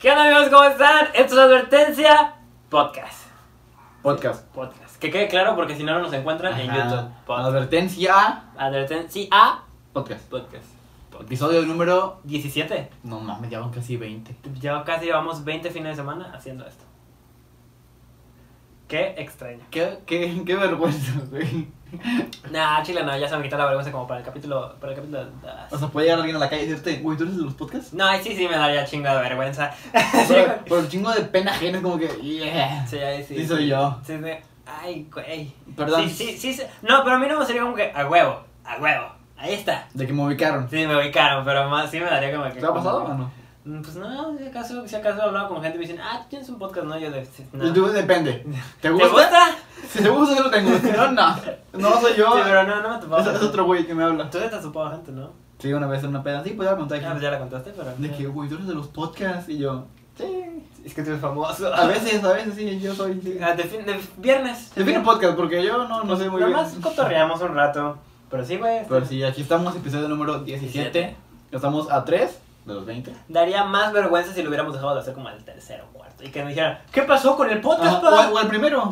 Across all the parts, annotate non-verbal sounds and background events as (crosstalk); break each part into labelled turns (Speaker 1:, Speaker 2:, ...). Speaker 1: ¿Qué onda amigos? ¿Cómo están? Esto es Advertencia Podcast.
Speaker 2: Podcast.
Speaker 1: Podcast. Que quede claro porque si no, no nos encuentran en
Speaker 2: Ajá.
Speaker 1: YouTube. Podcast.
Speaker 2: Advertencia.
Speaker 1: Advertencia
Speaker 2: Podcast.
Speaker 1: Podcast.
Speaker 2: Episodio número.
Speaker 1: 17.
Speaker 2: No mames, ya van casi 20.
Speaker 1: Ya casi llevamos 20 fines de semana haciendo esto. Qué extraño.
Speaker 2: Qué, qué, qué vergüenza, güey.
Speaker 1: Nah, chile, no, ya se me quita la vergüenza como para el capítulo. Para el capítulo. ah,
Speaker 2: O sea, puede llegar alguien a la calle y decirte, güey, ¿tú eres de los (laughs) podcasts?
Speaker 1: No, ahí sí, sí me daría chingo de (laughs) vergüenza.
Speaker 2: Por, por el chingo de pena ajena, es como que, yeah.
Speaker 1: sí, ahí sí.
Speaker 2: Sí, soy yo.
Speaker 1: Sí, sí. Ay, güey.
Speaker 2: Perdón.
Speaker 1: Sí, sí, sí, sí. No, pero a mí no me sería como que a huevo, a huevo. Ahí está.
Speaker 2: De que me ubicaron.
Speaker 1: Sí, me ubicaron, pero más sí me daría como que.
Speaker 2: ¿Te ha pasado o no?
Speaker 1: Mm, Pues no, si acaso, si acaso hablaba con gente y me dicen, ah, tú tienes un podcast, no, yo de. sí, No.
Speaker 2: Y tú, Pues, depende. ¿Te
Speaker 1: ¿Te
Speaker 2: gusta?
Speaker 1: gusta?
Speaker 2: (laughs) Si te gusta, yo lo tengo. Si no, no. No soy yo.
Speaker 1: Sí, pero no, no me topaba.
Speaker 2: es, es otro güey que me habla.
Speaker 1: Tú ya te has topado gente, ¿no?
Speaker 2: Sí, una vez en una peda. Sí, pues ya lo conté aquí.
Speaker 1: Ah, pues ya la contaste, pero.
Speaker 2: De que, güey, tú eres de los podcasts. Y yo, sí.
Speaker 1: Es que tú eres famoso.
Speaker 2: A veces, a veces sí, yo soy. sí.
Speaker 1: Ah, de, fin- de viernes.
Speaker 2: Se viene podcast porque yo no, no sé muy bien.
Speaker 1: Nomás cotorreamos un rato. Pero sí, güey. este,
Speaker 2: Pero sí, aquí estamos, episodio número 17. Estamos a 3 de los 20.
Speaker 1: Daría más vergüenza si lo hubiéramos dejado de hacer como al tercero o cuarto. Y que me dijeran, ¿qué pasó con el
Speaker 2: Ajá,
Speaker 1: podcast,
Speaker 2: o,
Speaker 1: pa?
Speaker 2: al- o al primero.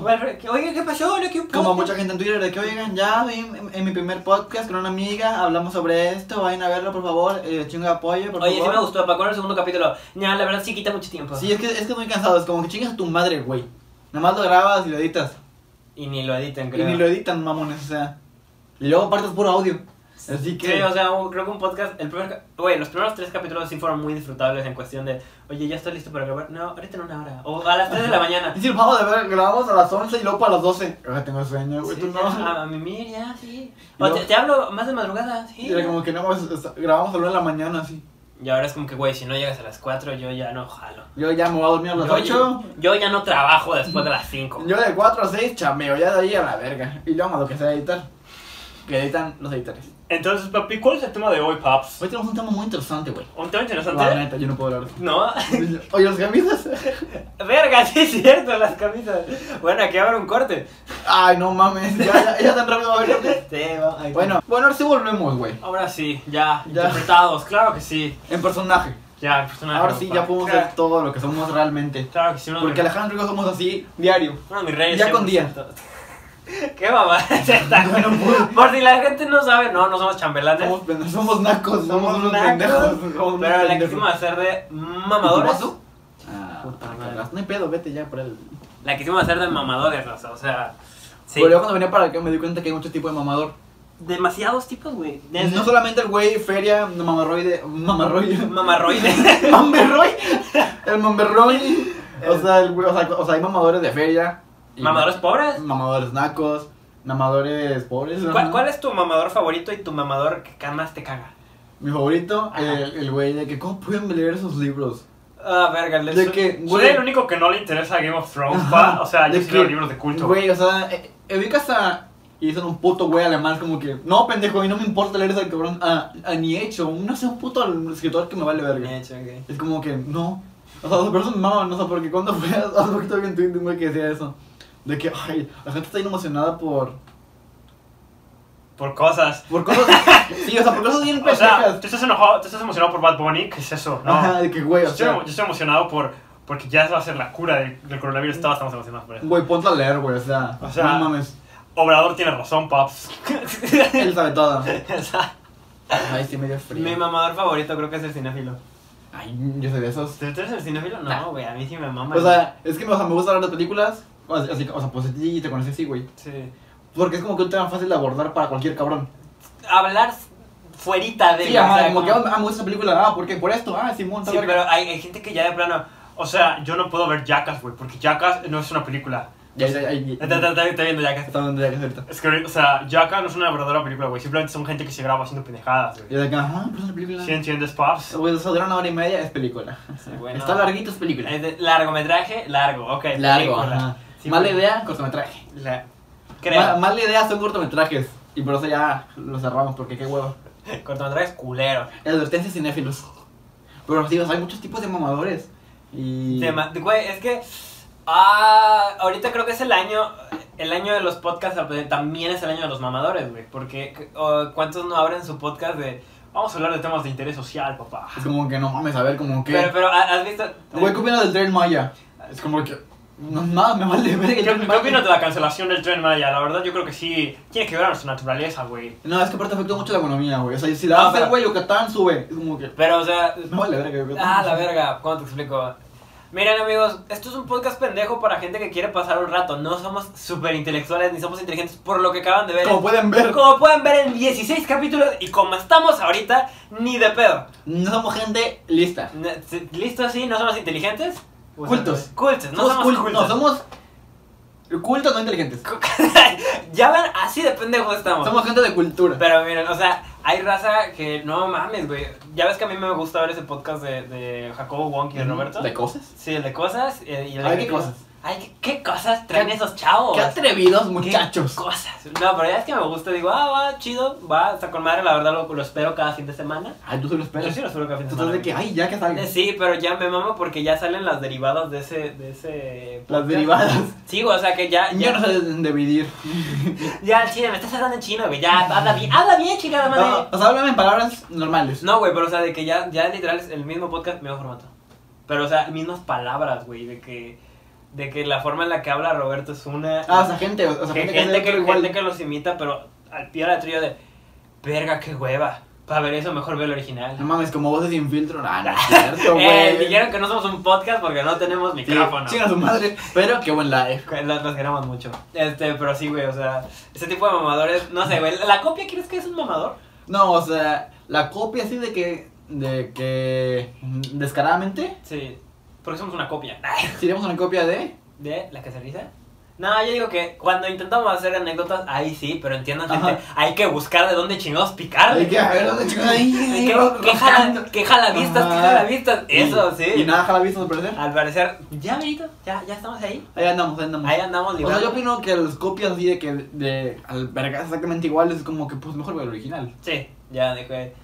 Speaker 1: Oye, ¿qué pasó? ¿No? ¿Qué un
Speaker 2: Como
Speaker 1: podcast?
Speaker 2: mucha gente en Twitter de que, oigan, ya vi en, en mi primer podcast con una amiga, hablamos sobre esto, vayan a verlo, por favor, eh, chinga apoyo, por
Speaker 1: Oye, sí
Speaker 2: favor.
Speaker 1: me gustó, para en el segundo capítulo. Ya, la verdad sí quita mucho tiempo.
Speaker 2: Sí, es que, es que estoy cansado, es como que chingas a tu madre, güey. Nomás lo grabas y lo editas.
Speaker 1: Y ni lo editan,
Speaker 2: Y
Speaker 1: creo.
Speaker 2: ni lo editan, mamones, o sea. Y luego aparte es puro audio. Así que...
Speaker 1: Sí, o sea, un- creo que un podcast, el primer, ca- güey, los primeros tres capítulos sí fueron muy disfrutables en cuestión de, oye, ya estoy listo para grabar, no, ahorita en una hora, o a las 3 de la
Speaker 2: (laughs)
Speaker 1: mañana.
Speaker 2: Y si vamos a ver, grabamos a las 11 y luego a las 12. Ahora tengo sueño, güey,
Speaker 1: Sí,
Speaker 2: tú
Speaker 1: ya, Ah,
Speaker 2: no.
Speaker 1: a, a mimir ya, sí.
Speaker 2: Y
Speaker 1: O
Speaker 2: luego-
Speaker 1: te, te hablo más de madrugada, sí.
Speaker 2: Y era como que no, pues, está- grabamos a la una de la mañana, así.
Speaker 1: Y ahora es como que, güey, si no llegas a las 4, yo ya no jalo.
Speaker 2: Yo ya me voy a dormir a las
Speaker 1: Yo,
Speaker 2: 8.
Speaker 1: yo ya no trabajo después de las 5.
Speaker 2: Yo de 4 a 6 chameo, ya de ahí a la verga. Y luego a lo que sea editar. Que editan los editores.
Speaker 1: Entonces, papi, ¿cuál es el tema de hoy, paps?
Speaker 2: Hoy tenemos un tema muy interesante, güey.
Speaker 1: ¿Un tema
Speaker 2: La
Speaker 1: interesante?
Speaker 2: neta, yo no puedo hablar.
Speaker 1: No.
Speaker 2: (laughs) Oye, los camisas.
Speaker 1: Verga, (laughs) sí es cierto, las camisas. Bueno, aquí habrá un corte.
Speaker 2: Ay, no mames. Ya, ya, ya tan rápido va a ver.
Speaker 1: Sí, va, ahí.
Speaker 2: Bueno, bueno, ahora sí volvemos, güey.
Speaker 1: Ahora sí, ya,
Speaker 2: Ya.
Speaker 1: interpretados, claro que sí.
Speaker 2: En personaje.
Speaker 1: Ya, el personaje.
Speaker 2: Ahora sí ya podemos
Speaker 1: claro,
Speaker 2: ser todo lo que somos realmente.
Speaker 1: Claro que sí, uno de
Speaker 2: Porque
Speaker 1: mis-
Speaker 2: Alejandro y yo somos así diario.
Speaker 1: uno de mis reyes.
Speaker 2: ya con
Speaker 1: siempre- (laughs) Qué mamá, (laughs) está
Speaker 2: No, no puedo.
Speaker 1: Por si la gente no sabe, no, no somos chambelanes.
Speaker 2: Somos, pen- somos nacos, somos unos
Speaker 1: nacos,
Speaker 2: pendejos. somos
Speaker 1: (laughs) Pero
Speaker 2: unos
Speaker 1: la
Speaker 2: pendejos.
Speaker 1: quisimos hacer de
Speaker 2: ¿Y
Speaker 1: mamadores.
Speaker 2: tu vaso? Ah,
Speaker 1: Puta
Speaker 2: para que
Speaker 1: madre.
Speaker 2: hagas- no hay pedo, vete ya por el.
Speaker 1: La quisimos hacer de mamadores, raza, o sea. Sí.
Speaker 2: Pero yo cuando venía para acá me di cuenta que hay muchos tipos de mamador.
Speaker 1: Demasiados tipos, güey. Desde-
Speaker 2: No solamente el güey feria, mamarroide, (laughs) mamarroide,
Speaker 1: Mamarroide.
Speaker 2: mamerroy, el mamerroy. O sea, el güey, o sea, o sea, hay mamadores de feria. y-
Speaker 1: ¿Mamadores pobres?
Speaker 2: Mamadores nacos, mamadores pobres.
Speaker 1: ¿Cuál,
Speaker 2: ajá.
Speaker 1: cuál es tu mamador favorito y tu mamador que ca- más te caga?
Speaker 2: Mi favorito,
Speaker 1: Ajá.
Speaker 2: el, el güey de que, ¿cómo pueden leer esos libros?
Speaker 1: Ah, verga, el
Speaker 2: De
Speaker 1: soy-
Speaker 2: que,
Speaker 1: soy
Speaker 2: güey-
Speaker 1: el único que no le interesa a Game of Thrones,
Speaker 2: Ajá.
Speaker 1: pa. O sea, yo
Speaker 2: De
Speaker 1: sí
Speaker 2: que,
Speaker 1: leo libros de culto.
Speaker 2: Güey, o sea, eh, eh, ubicas a. Y son un puto güey alemán, como que. No, pendejo, a mí no me importa leer ese cabrón. A, a ni hecho, no sé, un puto escritor que me vale verga. Es como que, no. O sea, por eso me maman, no sé, porque cuando fue. (laughs) Hace poquito vi en Twitter un güey que decía eso. De que, ay, la gente está bien emocionada por.
Speaker 1: Por cosas. (laughs)
Speaker 2: Por cosas. sí, o sea, por cosas bien
Speaker 1: O sea,
Speaker 2: pendejas.
Speaker 1: tú estás enojado, tú estás emocionado por Bad Bunny, ¿qué es eso? No.
Speaker 2: Ajá, de que, güey,
Speaker 1: yo,
Speaker 2: o
Speaker 1: estoy,
Speaker 2: sea.
Speaker 1: yo estoy emocionado por porque ya va a ser la cura del, del coronavirus, todos estamos emocionados por eso.
Speaker 2: Güey, ponte a leer, güey, o sea.
Speaker 1: O sea-
Speaker 2: No mames.
Speaker 1: Obrador tiene razón, (laughs) paps.
Speaker 2: Él sabe
Speaker 1: (laughs)
Speaker 2: todo.
Speaker 1: O sea,
Speaker 2: Ay, sí, medio frío.
Speaker 1: Mi mamador favorito creo que es el cinéfilo.
Speaker 2: Ay, yo soy de esos.
Speaker 1: ¿Tú eres el cinéfilo?
Speaker 2: Nah.
Speaker 1: No, güey, a mí sí me mama.
Speaker 2: O sea, es que o sea, me gusta hablar de películas. o Así, así- o sea, pues a ti te conocí así, güey.
Speaker 1: Sí.
Speaker 2: Porque es como que un tema fácil de abordar para cualquier cabrón.
Speaker 1: Hablar fuerita de
Speaker 2: Sí,
Speaker 1: él, o
Speaker 2: ajá,
Speaker 1: sea,
Speaker 2: como, que,
Speaker 1: como-
Speaker 2: ah, me gusta esa película, ah, ¿por qué? Por esto, ah, Simón,
Speaker 1: Sí,
Speaker 2: tal verga.
Speaker 1: pero hay, hay gente que ya de plano. O sea, yo no puedo ver Jackass, güey, porque Jackass no es una película.
Speaker 2: Ya, ya, ya, ya.
Speaker 1: Está, está- está- está viendo Jackass.
Speaker 2: Está donde ya que es ahorita.
Speaker 1: Es que, o sea, Jackass no es una verdadera película, güey. Simplemente son gente que se graba haciendo pendejadas,
Speaker 2: Y
Speaker 1: güey.
Speaker 2: de acá, ah, pero es una película.
Speaker 1: ¿Sí entiendes, Pops?
Speaker 2: Güey, o sea, dura una hora y media, es película.
Speaker 1: bueno.
Speaker 2: Está larguito, es película.
Speaker 1: Es Eh, de largometraje, largo, ok.
Speaker 2: Largo,
Speaker 1: película.
Speaker 2: ajá.
Speaker 1: Sí,
Speaker 2: Mala
Speaker 1: güey.
Speaker 2: idea, cortometraje.
Speaker 1: La-
Speaker 2: Ma-
Speaker 1: Creo.
Speaker 2: mala idea son cortometrajes. Y por eso ya lo cerramos, porque qué huevo.
Speaker 1: Cortometrajes culero.
Speaker 2: Advertencias cinéfilos. Pero sí, o sea, hay muchos tipos de mamadores. Y.
Speaker 1: Tema- Güey, es que. Ah, ahorita creo que es el año. El año de los podcasts pero también es el año de los mamadores, güey. Porque o, ¿cuántos no abren su podcast de. Vamos a hablar de temas de interés social, papá.
Speaker 2: Es como que no mames, a ver, como que.
Speaker 1: Pero, pero, ¿ha- ¿has visto?
Speaker 2: Güey, ¿qué opinas del tren Maya? Es como que. No mames, me vale ver
Speaker 1: ¿Qué, qué opinas de la cancelación del tren Maya? La verdad, yo creo que sí. Tiene que ver a nuestra naturaleza, güey.
Speaker 2: No, es que aparte afectó mucho la economía, güey. O sea, si
Speaker 1: Ah,
Speaker 2: la vas a hacer,
Speaker 1: pero-
Speaker 2: güey, Yucatán sube. Es como que.
Speaker 1: Pero, o sea.
Speaker 2: No vale verga, Yucatán.
Speaker 1: Ah, la verga. ¿Cómo te explico? Miren, amigos, esto es un podcast pendejo para gente que quiere pasar un rato. No somos súper intelectuales ni somos inteligentes por lo que acaban de ver.
Speaker 2: Como pueden ver,
Speaker 1: Como pueden ver en 16 capítulos y como estamos ahorita, ni de pedo.
Speaker 2: no somos gente lista.
Speaker 1: Ne- si- ¿Listo así? ¿No somos inteligentes?
Speaker 2: Cultos.
Speaker 1: Cultos, no somos,
Speaker 2: cul-
Speaker 1: cultos.
Speaker 2: No, somos cultos, no inteligentes.
Speaker 1: (laughs) ya ven, así de pendejos estamos.
Speaker 2: Somos gente de cultura.
Speaker 1: Pero miren, o sea, hay raza que no mames, güey. Ya ves que a mí me gusta ver ese podcast de, de Jacobo Wong y de Roberto.
Speaker 2: ¿De cosas?
Speaker 1: Sí, el de cosas. eh, y el
Speaker 2: Ay,
Speaker 1: de-
Speaker 2: qué cosas.
Speaker 1: Ay, qué, qué cosas traen
Speaker 2: Qué-
Speaker 1: esos chavos.
Speaker 2: Qué atrevidos,
Speaker 1: Qué
Speaker 2: muchachos.
Speaker 1: cosas. No, pero ya es que me gusta. Digo, ah, va, chido, va, está con madre. La verdad lo, lo espero cada fin de semana.
Speaker 2: Ay, tú se lo esperas.
Speaker 1: Yo sí lo espero cada fin de
Speaker 2: Total
Speaker 1: semana.
Speaker 2: de que, ay, ya que salga.
Speaker 1: Eh, Sí, pero ya me mamo porque ya salen las derivadas de ese. De ese
Speaker 2: Las
Speaker 1: podcast.
Speaker 2: derivadas.
Speaker 1: Sí, güey, o sea que ya.
Speaker 2: Yo
Speaker 1: Ya,
Speaker 2: no sé dividir.
Speaker 1: ya chile, me estás hablando en chino, güey. Ya, habla bien, habla bien, chingada madre.
Speaker 2: No, o sea, háblame en palabras normales.
Speaker 1: No, güey, pero o sea, de que ya, ya literal es el mismo podcast, mismo formato. Pero, o sea, mismas palabras, güey, de que, de que la forma en la que habla Roberto es una...
Speaker 2: Ah, o sea, gente, o sea,
Speaker 1: que
Speaker 2: gente,
Speaker 1: gente,
Speaker 2: que,
Speaker 1: que,
Speaker 2: hace igual.
Speaker 1: gente que los imita, pero al pie de la trilla de... Verga, qué hueva. Para ver eso, mejor ver el original.
Speaker 2: No mames, como voces sin filtro. Ah,
Speaker 1: (laughs)
Speaker 2: no es cierto,
Speaker 1: eh,
Speaker 2: güey.
Speaker 1: dijeron que no somos un podcast porque no tenemos
Speaker 2: Sí,
Speaker 1: micrófono.
Speaker 2: chinga su madre. Pero qué buen live.
Speaker 1: Las, las Pues, queremos mucho. Este, pero sí, güey, o sea, ese tipo de mamadores, no sé, güey. ¿La copia crees que es un mamador?
Speaker 2: No, o sea, la copia así de que. de que. mm, descaradamente.
Speaker 1: Sí, porque somos una copia.
Speaker 2: Seríamos una copia de.
Speaker 1: (laughs) ¿De la que se riza? No, yo digo que cuando intentamos hacer anécdotas, ahí sí, pero entiendan,
Speaker 2: Ajá.
Speaker 1: gente, hay que buscar Ah, de dónde chingados picar.
Speaker 2: Ay, que a ver dónde chingada ahí, ahí, ro- roscando.
Speaker 1: Queja que jalavistas, que
Speaker 2: Ajá.
Speaker 1: jalavistas. Eso,
Speaker 2: Y-
Speaker 1: sí.
Speaker 2: Y nada, jala visto al parecer.
Speaker 1: Al parecer, ya, Benito, ya, ya estamos ahí.
Speaker 2: Ahí andamos, ahí andamos.
Speaker 1: Ahí andamos
Speaker 2: Mm. O sea,
Speaker 1: librando.
Speaker 2: yo opino que las copias así de que de al verga exactamente igual es como que pues mejor que el original.
Speaker 1: Sí, ya dejé.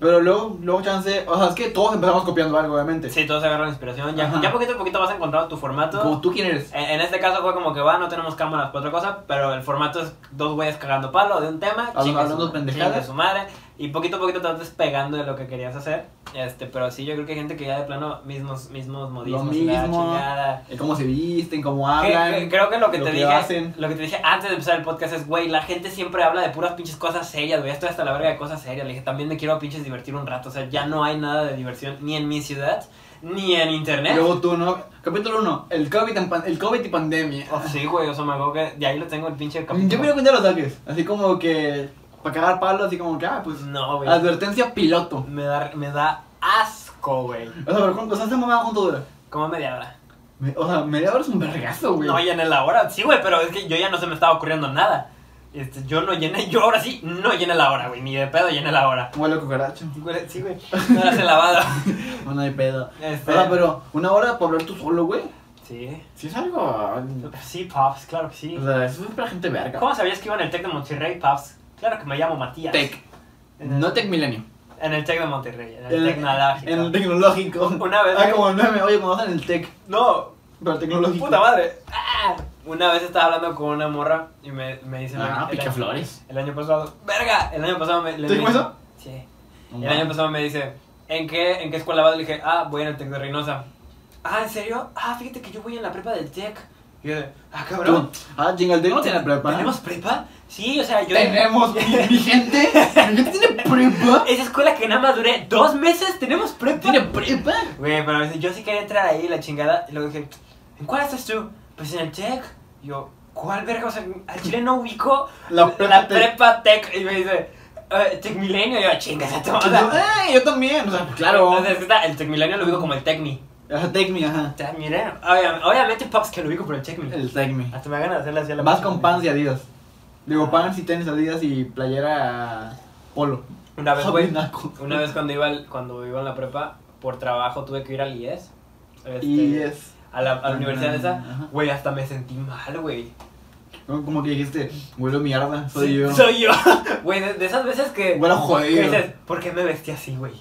Speaker 2: Pero luego, luego chance, o sea, es que todos empezamos copiando algo, obviamente.
Speaker 1: Sí, todos agarran inspiración. Ya,
Speaker 2: Ajá.
Speaker 1: ya poquito a poquito vas encontrando tu formato.
Speaker 2: Como tú quién eres.
Speaker 1: En, en este caso fue como que va, no tenemos cámaras para otra cosa, pero el formato es dos güeyes cagando palo de un tema,
Speaker 2: Hablando-
Speaker 1: chingue su-
Speaker 2: hablando pendejadas.
Speaker 1: chingue su madre, y poquito a poquito te vas despegando de lo que querías hacer. Este, pero sí, yo creo que hay gente que ya de plano mismos, mismos modismos y la
Speaker 2: mismo.
Speaker 1: chingada.
Speaker 2: Eh, Cómo se visten, cómo
Speaker 1: Que-
Speaker 2: hablan.
Speaker 1: que- creo que lo que
Speaker 2: lo
Speaker 1: te
Speaker 2: que
Speaker 1: dije
Speaker 2: hacen.
Speaker 1: lo que te dije antes de empezar el podcast es güey la gente siempre habla de puras pinches cosas serias güey ya estoy hasta la verga de cosas serias le dije también me quiero pinches divertir un rato o sea ya no hay nada de diversión ni en mi ciudad ni en internet
Speaker 2: Luego tú, ¿no? Capítulo 1, el COVID, en pan- el COVID y pandemia.
Speaker 1: Oh, sí güey o sea me acuerdo que de ahí lo tengo el pinche capítulo.
Speaker 2: Yo me que ya lo saques, así como que para cagar palo, así como que ah, pues
Speaker 1: Pues no, güey.
Speaker 2: advertencia piloto.
Speaker 1: Me da, me da asco, güey.
Speaker 2: O sea, pero ¿cuánto, o sea, esta mamada cuánto dura?
Speaker 1: Como media hora.
Speaker 2: Me- o sea, media hora es un vergazo, güey.
Speaker 1: No llené la hora. Sí, güey, pero es que yo ya no se me estaba ocurriendo nada. Este, yo no llené, yo ahora sí no llené la hora, güey. Ni de pedo llené la hora.
Speaker 2: Huele a cucaracho.
Speaker 1: Güey, Sí, güey. No las he lavado.
Speaker 2: (laughs) Bueno, de pedo.
Speaker 1: Este,
Speaker 2: O sea, pero una hora para hablar tú solo, güey.
Speaker 1: Sí.
Speaker 2: Si es algo. O
Speaker 1: Sí, Paps, claro que sí.
Speaker 2: sea, eso es para gente verga.
Speaker 1: ¿Cómo sabías que iba en el Tec de Monterrey, Paps? Claro que me llamo Matías.
Speaker 2: Tech.
Speaker 1: En el-
Speaker 2: No Tech Milenio.
Speaker 1: En el Tec de Monterrey, en el,
Speaker 2: En-
Speaker 1: Tecnológico.
Speaker 2: En el tecnológico.
Speaker 1: Una vez-
Speaker 2: Ah, como el meme. Oye, cuando vas en el Tech.
Speaker 1: No,
Speaker 2: Pero el tecnológico.
Speaker 1: Puta madre. Ah. Una vez estaba hablando con una morra y me, me dice.
Speaker 2: Ah,
Speaker 1: el- el-
Speaker 2: picaflores.
Speaker 1: El año pasado. ¡Verga! El año pasado me. le-
Speaker 2: ¿Te dijo
Speaker 1: me-
Speaker 2: eso?
Speaker 1: Sí.
Speaker 2: No
Speaker 1: Y el año pasado me dice, ¿en qué, ¿en qué escuela vas? Le dije, ah, voy en el Tec de Reynosa. Ah, ¿en serio? Ah, fíjate que yo voy en la prepa del Tec. Y yo de, ah, cabrón.
Speaker 2: Tú, Ah, chinga, el Tech no tiene prepa.
Speaker 1: ¿Tenemos prepa? Sí, o sea, yo.
Speaker 2: (laughs) Tenemos. Mi gente. Mi gente tiene prepa.
Speaker 1: (laughs) Esa escuela que nada más duré dos meses, ¿tenemos prepa?
Speaker 2: Tiene prepa.
Speaker 1: Güey, pero yo sí quería entrar ahí, la chingada. Y luego dije, ¿en cuál estás tú? Pues en el tech. Y Yo, ¿cuál verga? O sea, al chile no ubico
Speaker 2: La prepa Tech.
Speaker 1: prepa tech. Y me dice, eh, Tech Milenio. Y yo, chingas a
Speaker 2: Yo, "Ey, yo también. O sea, Ah, claro.
Speaker 1: el Tech Milenio lo ubico como el Tech Me.
Speaker 2: Ajá, Tech mi, ajá.
Speaker 1: Tech Milenio. Obviamente, obviamente Pops que lo ubico por el Tech Me.
Speaker 2: El Tech mi.
Speaker 1: Hasta me hagan hacerle así a la
Speaker 2: Vas con pants y adidas. Digo, pants y tenis adidas y playera polo.
Speaker 1: Una vez, güey.
Speaker 2: Naco.
Speaker 1: Una vez cuando iba, al- cuando iba en la prepa, por trabajo tuve que ir al IES. Este,
Speaker 2: Y es.
Speaker 1: A la, a la universidad esa,
Speaker 2: E Ah, Ajá.
Speaker 1: güey, hasta me sentí mal, güey.
Speaker 2: ¿no? Como que dijiste, huelo mierda, soy
Speaker 1: Sí,
Speaker 2: yo.
Speaker 1: Soy yo. (laughs) Güey, de, de esas veces que,
Speaker 2: Huelo
Speaker 1: que
Speaker 2: jodido.
Speaker 1: dices, ¿por qué me vestí así, güey?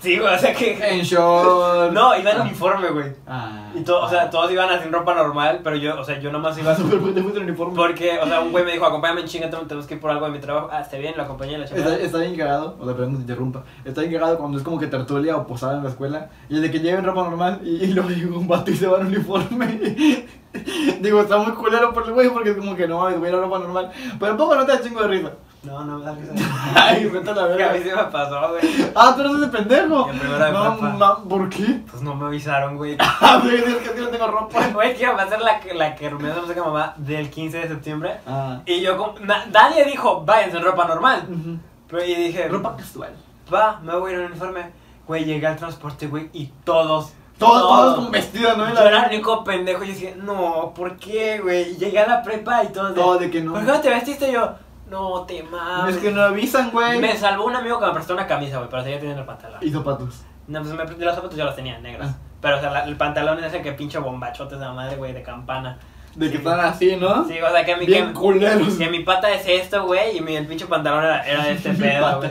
Speaker 1: Sí, güey, o sea que.
Speaker 2: (laughs) En short.
Speaker 1: No, iba en uniforme, güey.
Speaker 2: Ah. Ah,
Speaker 1: Y to- o sea, todos iban sin ropa normal, pero yo, o sea, yo nomás iba.
Speaker 2: Super puente puente en uniforme.
Speaker 1: Porque, o sea, un güey me dijo, acompáñame en chinga, tenemos que ir por algo de mi trabajo. Ah, está bien, lo acompañé en la
Speaker 2: Está,
Speaker 1: chingada.
Speaker 2: está bien cagado, o sea, perdón que te interrumpa. Está bien cagado cuando es como que tertulia o posada en la escuela. Y el de que lleven ropa normal y, y luego llega un vato y se va en uniforme. (laughs) Digo, está muy culero por el güey porque es como que no mames, güey, la ropa normal. Pero un poco no te da chingo de risa. (laughs)
Speaker 1: No, no me da risa.
Speaker 2: Ay, vete a la
Speaker 1: Que a mí
Speaker 2: verga.
Speaker 1: se me pasó, güey.
Speaker 2: Ah, tú eres ese pendejo.
Speaker 1: En primera de
Speaker 2: No,
Speaker 1: prepa.
Speaker 2: ma- ¿por qué? (laughs)
Speaker 1: Pues no me avisaron, güey. (laughs)
Speaker 2: Ah, güey, es que yo no tengo ropa.
Speaker 1: Güey, que iba a ser la, que- la que rumió no sé qué mamá del 15 de septiembre.
Speaker 2: Ah.
Speaker 1: Y yo, como, na- nadie dijo, váyanse en ropa normal.
Speaker 2: Ujú.
Speaker 1: Pero y dije,
Speaker 2: Ropa casual.
Speaker 1: va, me voy a ir en uniforme. Güey, llegué al transporte, güey, y todos.
Speaker 2: Todos, todos con vestidos, ¿no? Y la-
Speaker 1: Yo era el único pendejo y yo dije, no, ¿por qué, güey? Y Llegué a la prepa y todos. de,
Speaker 2: Todo de que no.
Speaker 1: ¿Por qué no te vestiste? Y yo, no te mames.
Speaker 2: Es que no avisan, güey.
Speaker 1: Me salvó un amigo que me prestó una camisa, güey, pero seguía teniendo el pantalón.
Speaker 2: Y zapatos.
Speaker 1: No, pues me prestó los zapatos, yo los tenía negros.
Speaker 2: Ah.
Speaker 1: Pero, o sea, la- el pantalón es el que pinche bombachotes de la madre, güey, de campana.
Speaker 2: De
Speaker 1: Sí.
Speaker 2: que están así, ¿no?
Speaker 1: Sí, o sea, que mi,
Speaker 2: Bien
Speaker 1: que,
Speaker 2: culeros.
Speaker 1: que mi pata es esto, güey, y mi, el pinche pantalón era, era de este
Speaker 2: (laughs)
Speaker 1: pedo, güey.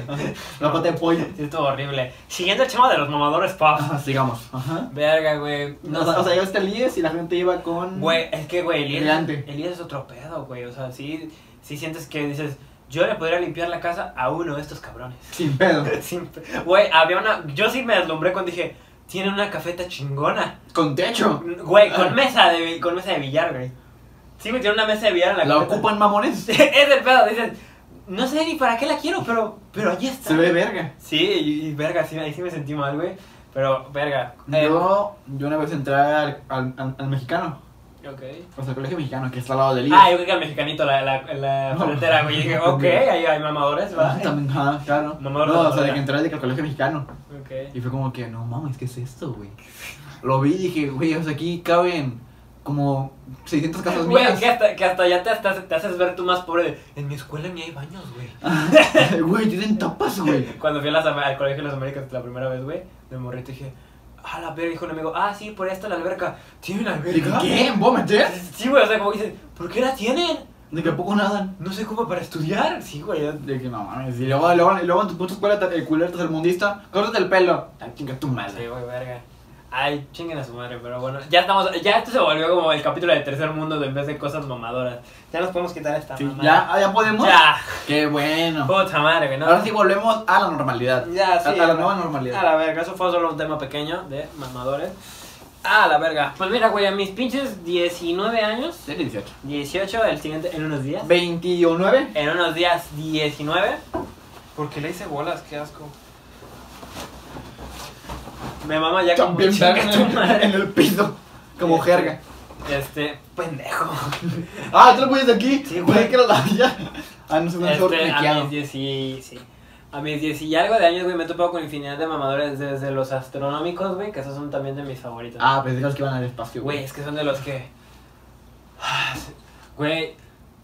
Speaker 2: La pata de pollo.
Speaker 1: Sí, (laughs) estuvo horrible. Siguiendo el tema de los mamadores pop.
Speaker 2: Ajá, sigamos. Ajá.
Speaker 1: Verga, güey.
Speaker 2: No, o sea, o sea, llegaste al IES y la gente iba con.
Speaker 1: Güey, es que, güey, Elías,
Speaker 2: Elegante.
Speaker 1: Elías es otro pedo, güey. O sea, sí, sí sientes que dices, yo le podría limpiar la casa a uno de estos cabrones.
Speaker 2: Sin pedo.
Speaker 1: (laughs) Sin- Güey, había una. Yo sí me deslumbré cuando dije, tiene una cafeta chingona.
Speaker 2: Con techo.
Speaker 1: Güey, con
Speaker 2: (laughs)
Speaker 1: mesa de, bi- con mesa de billar, güey. Sí, güey, tiene una mesa de billar en la
Speaker 2: La
Speaker 1: cafeta.
Speaker 2: ocupan mamones.
Speaker 1: (laughs) es el pedo, dices, no sé ni para qué la quiero, pero, pero allí está.
Speaker 2: Se ve verga.
Speaker 1: Sí, y, y verga, sí, ahí sí me sentí mal, güey. Pero, verga. eh,
Speaker 2: Yo, yo una vez entré al, al, al- al mexicano.
Speaker 1: ok.
Speaker 2: O sea, al colegio mexicano, que está al lado del IES.
Speaker 1: Ah, yo creo que al mexicanito, la, la, la
Speaker 2: No.
Speaker 1: frontera, güey. Y dije, ok, ahí hay mamadores, va.
Speaker 2: Ah, también, ah, claro.
Speaker 1: eh. No
Speaker 2: No,
Speaker 1: me acuerdo
Speaker 2: o
Speaker 1: de
Speaker 2: sea,
Speaker 1: la-
Speaker 2: de que entré de que al colegio mexicano.
Speaker 1: Ok.
Speaker 2: Y fue como que, no mames, ¿qué es esto, güey? Lo vi y dije, güey, o sea, aquí caben como 600 casas
Speaker 1: Güey,
Speaker 2: mías.
Speaker 1: que hasta, que hasta ya te, hasta- te haces ver tú más pobre de, en mi escuela ni hay baños, güey.
Speaker 2: (laughs) Güey, tienen tapas, güey.
Speaker 1: Cuando fui a las Am- al colegio de las Américas la primera vez, güey, de morrito dije, ah, la verga, dijo un amigo, ah, sí, por esta la alberca. ¿Tienen
Speaker 2: Dije,
Speaker 1: alberca?
Speaker 2: ¿qué? ¿Vos meter?
Speaker 1: Sí, güey, o sea, como dicen, ¿por qué la tienen?
Speaker 2: De que a poco nadan.
Speaker 1: No sé cómo para estudiar. Sí, güey, ya-
Speaker 2: De que no mames, y luego, luego, y luego en tu puta escuela te- el culero tercermundista, córtate el pelo. Ay, Ah, chinga tu
Speaker 1: Sí,
Speaker 2: madre.
Speaker 1: güey, verga. Ay, chinguen a su madre, pero bueno, ya estamos, ya esto se volvió como el capítulo del tercer mundo de en vez de cosas mamadoras. Ya nos podemos quitar esta
Speaker 2: Sí,
Speaker 1: mamada.
Speaker 2: ¿Ya? ¿Ah, ¿Ya podemos?
Speaker 1: Ya,
Speaker 2: Qué bueno.
Speaker 1: puta madre, güey, ¿no?
Speaker 2: Ahora sí volvemos a la normalidad.
Speaker 1: Ya, sí.
Speaker 2: a, a la nueva
Speaker 1: A
Speaker 2: normalidad.
Speaker 1: la verga, eso fue solo un tema pequeño de mamadores. A la verga. Pues mira, güey, a mis pinches 19 años,
Speaker 2: Sería 18.
Speaker 1: 18 el siguiente, en unos días.
Speaker 2: 29.
Speaker 1: En unos días 19. Porque le hice bolas, qué asco. Me mama ya como
Speaker 2: También
Speaker 1: chinga
Speaker 2: verga,
Speaker 1: tu madre.
Speaker 2: en el piso. Como
Speaker 1: Sí.
Speaker 2: jerga.
Speaker 1: Este, pendejo.
Speaker 2: (laughs) Ah, tú lo pones aquí.
Speaker 1: Sí, güey.
Speaker 2: güey. que era la ya. Ah, no se me sorte
Speaker 1: Este, a mis
Speaker 2: mequeado.
Speaker 1: 10 y, sí. A mis 10 y algo de años, güey, me he topado con infinidad de mamadores desde los astronómicos, güey, que esos son también de mis favoritos.
Speaker 2: Ah, pensé que los que iban al espacio.
Speaker 1: Güey, es que son de los que... ah, Güey,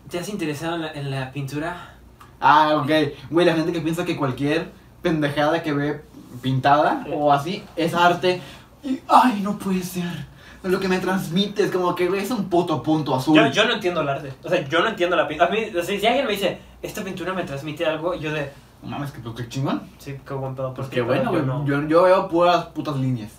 Speaker 1: ¿te has interesado en la, en la pintura?
Speaker 2: Ah, ok. Güey, la gente que piensa que cualquier pendejada que ve pintada
Speaker 1: Sí.
Speaker 2: o así es arte. Y, ay, no puede ser. Lo que me transmite es como que, güey, es un puto punto azul.
Speaker 1: Yo, yo no entiendo el arte. O sea, yo no entiendo la pintura. A mí, o sea, si alguien me dice, esta pintura me transmite algo, yo de...
Speaker 2: No mames, que, pues, qué chingón.
Speaker 1: Sí, qué buen pedo.
Speaker 2: Pues
Speaker 1: porque
Speaker 2: qué bueno,
Speaker 1: yo
Speaker 2: güey.
Speaker 1: no-
Speaker 2: Yo, yo veo puras putas líneas.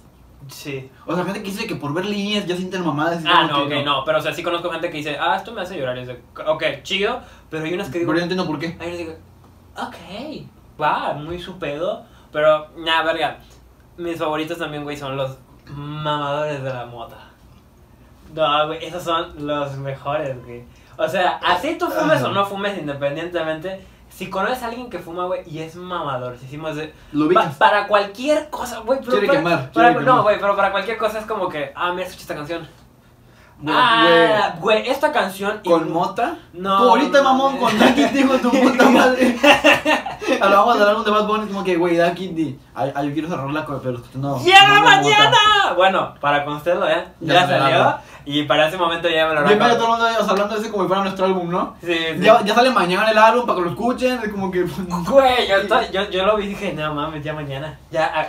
Speaker 1: Sí.
Speaker 2: O sea, gente que dice que por ver líneas ya sienten mamadas. y
Speaker 1: Ah,
Speaker 2: como
Speaker 1: no, ok,
Speaker 2: que
Speaker 1: no. Pero, o sea, sí conozco gente que dice, ah, esto me hace llorar. Y es de, ok, chido, pero hay unas que digo...
Speaker 2: Pero yo no entiendo por qué.
Speaker 1: Ahí les digo, ok, va, muy su pedo. Pero, nada, verga. Mis favoritos también, güey, son los mamadores de la mota. No, güey, esos son los mejores, güey. O sea, así tú fumes o no fumes independientemente, si conoces a alguien que fuma, güey, y es mamador, si hicimos de...
Speaker 2: Lo
Speaker 1: Pa-
Speaker 2: ubicas.
Speaker 1: para cualquier cosa, güey, pero
Speaker 2: Quiere
Speaker 1: para-
Speaker 2: quemar,
Speaker 1: para-
Speaker 2: quiere
Speaker 1: No,
Speaker 2: quemar.
Speaker 1: güey, pero para cualquier cosa es como que, ah, mira, escuché esta canción.
Speaker 2: Güey,
Speaker 1: ah, güey, esta canción... y-
Speaker 2: güey, Con mota.
Speaker 1: No.
Speaker 2: Tú ahorita,
Speaker 1: no,
Speaker 2: mamón,
Speaker 1: güey.
Speaker 2: con
Speaker 1: (laughs)
Speaker 2: Ducky D, hijo de tu puta madre. Ahora vamos a hablar de Bad Bunny, como que, güey, Ducky D. Ay, ay, yo quiero cerrar la co- pero no.
Speaker 1: ¡Ya
Speaker 2: no me
Speaker 1: mañana! Bueno, para conocerlo, ¿eh? Ya,
Speaker 2: Ya se
Speaker 1: salió.
Speaker 2: grabó.
Speaker 1: Y para ese momento ya me lo
Speaker 2: bota. Primero todo el
Speaker 1: recuerdo.
Speaker 2: mundo o sea, hablando de ese como si fuera nuestro álbum, ¿no?
Speaker 1: Sí, sí.
Speaker 2: Ya, ya sale mañana el álbum para que lo escuchen, es como que...
Speaker 1: Güey, yo, estoy- yo, yo lo vi y dije, no mames, ya mañana. Ya, ah,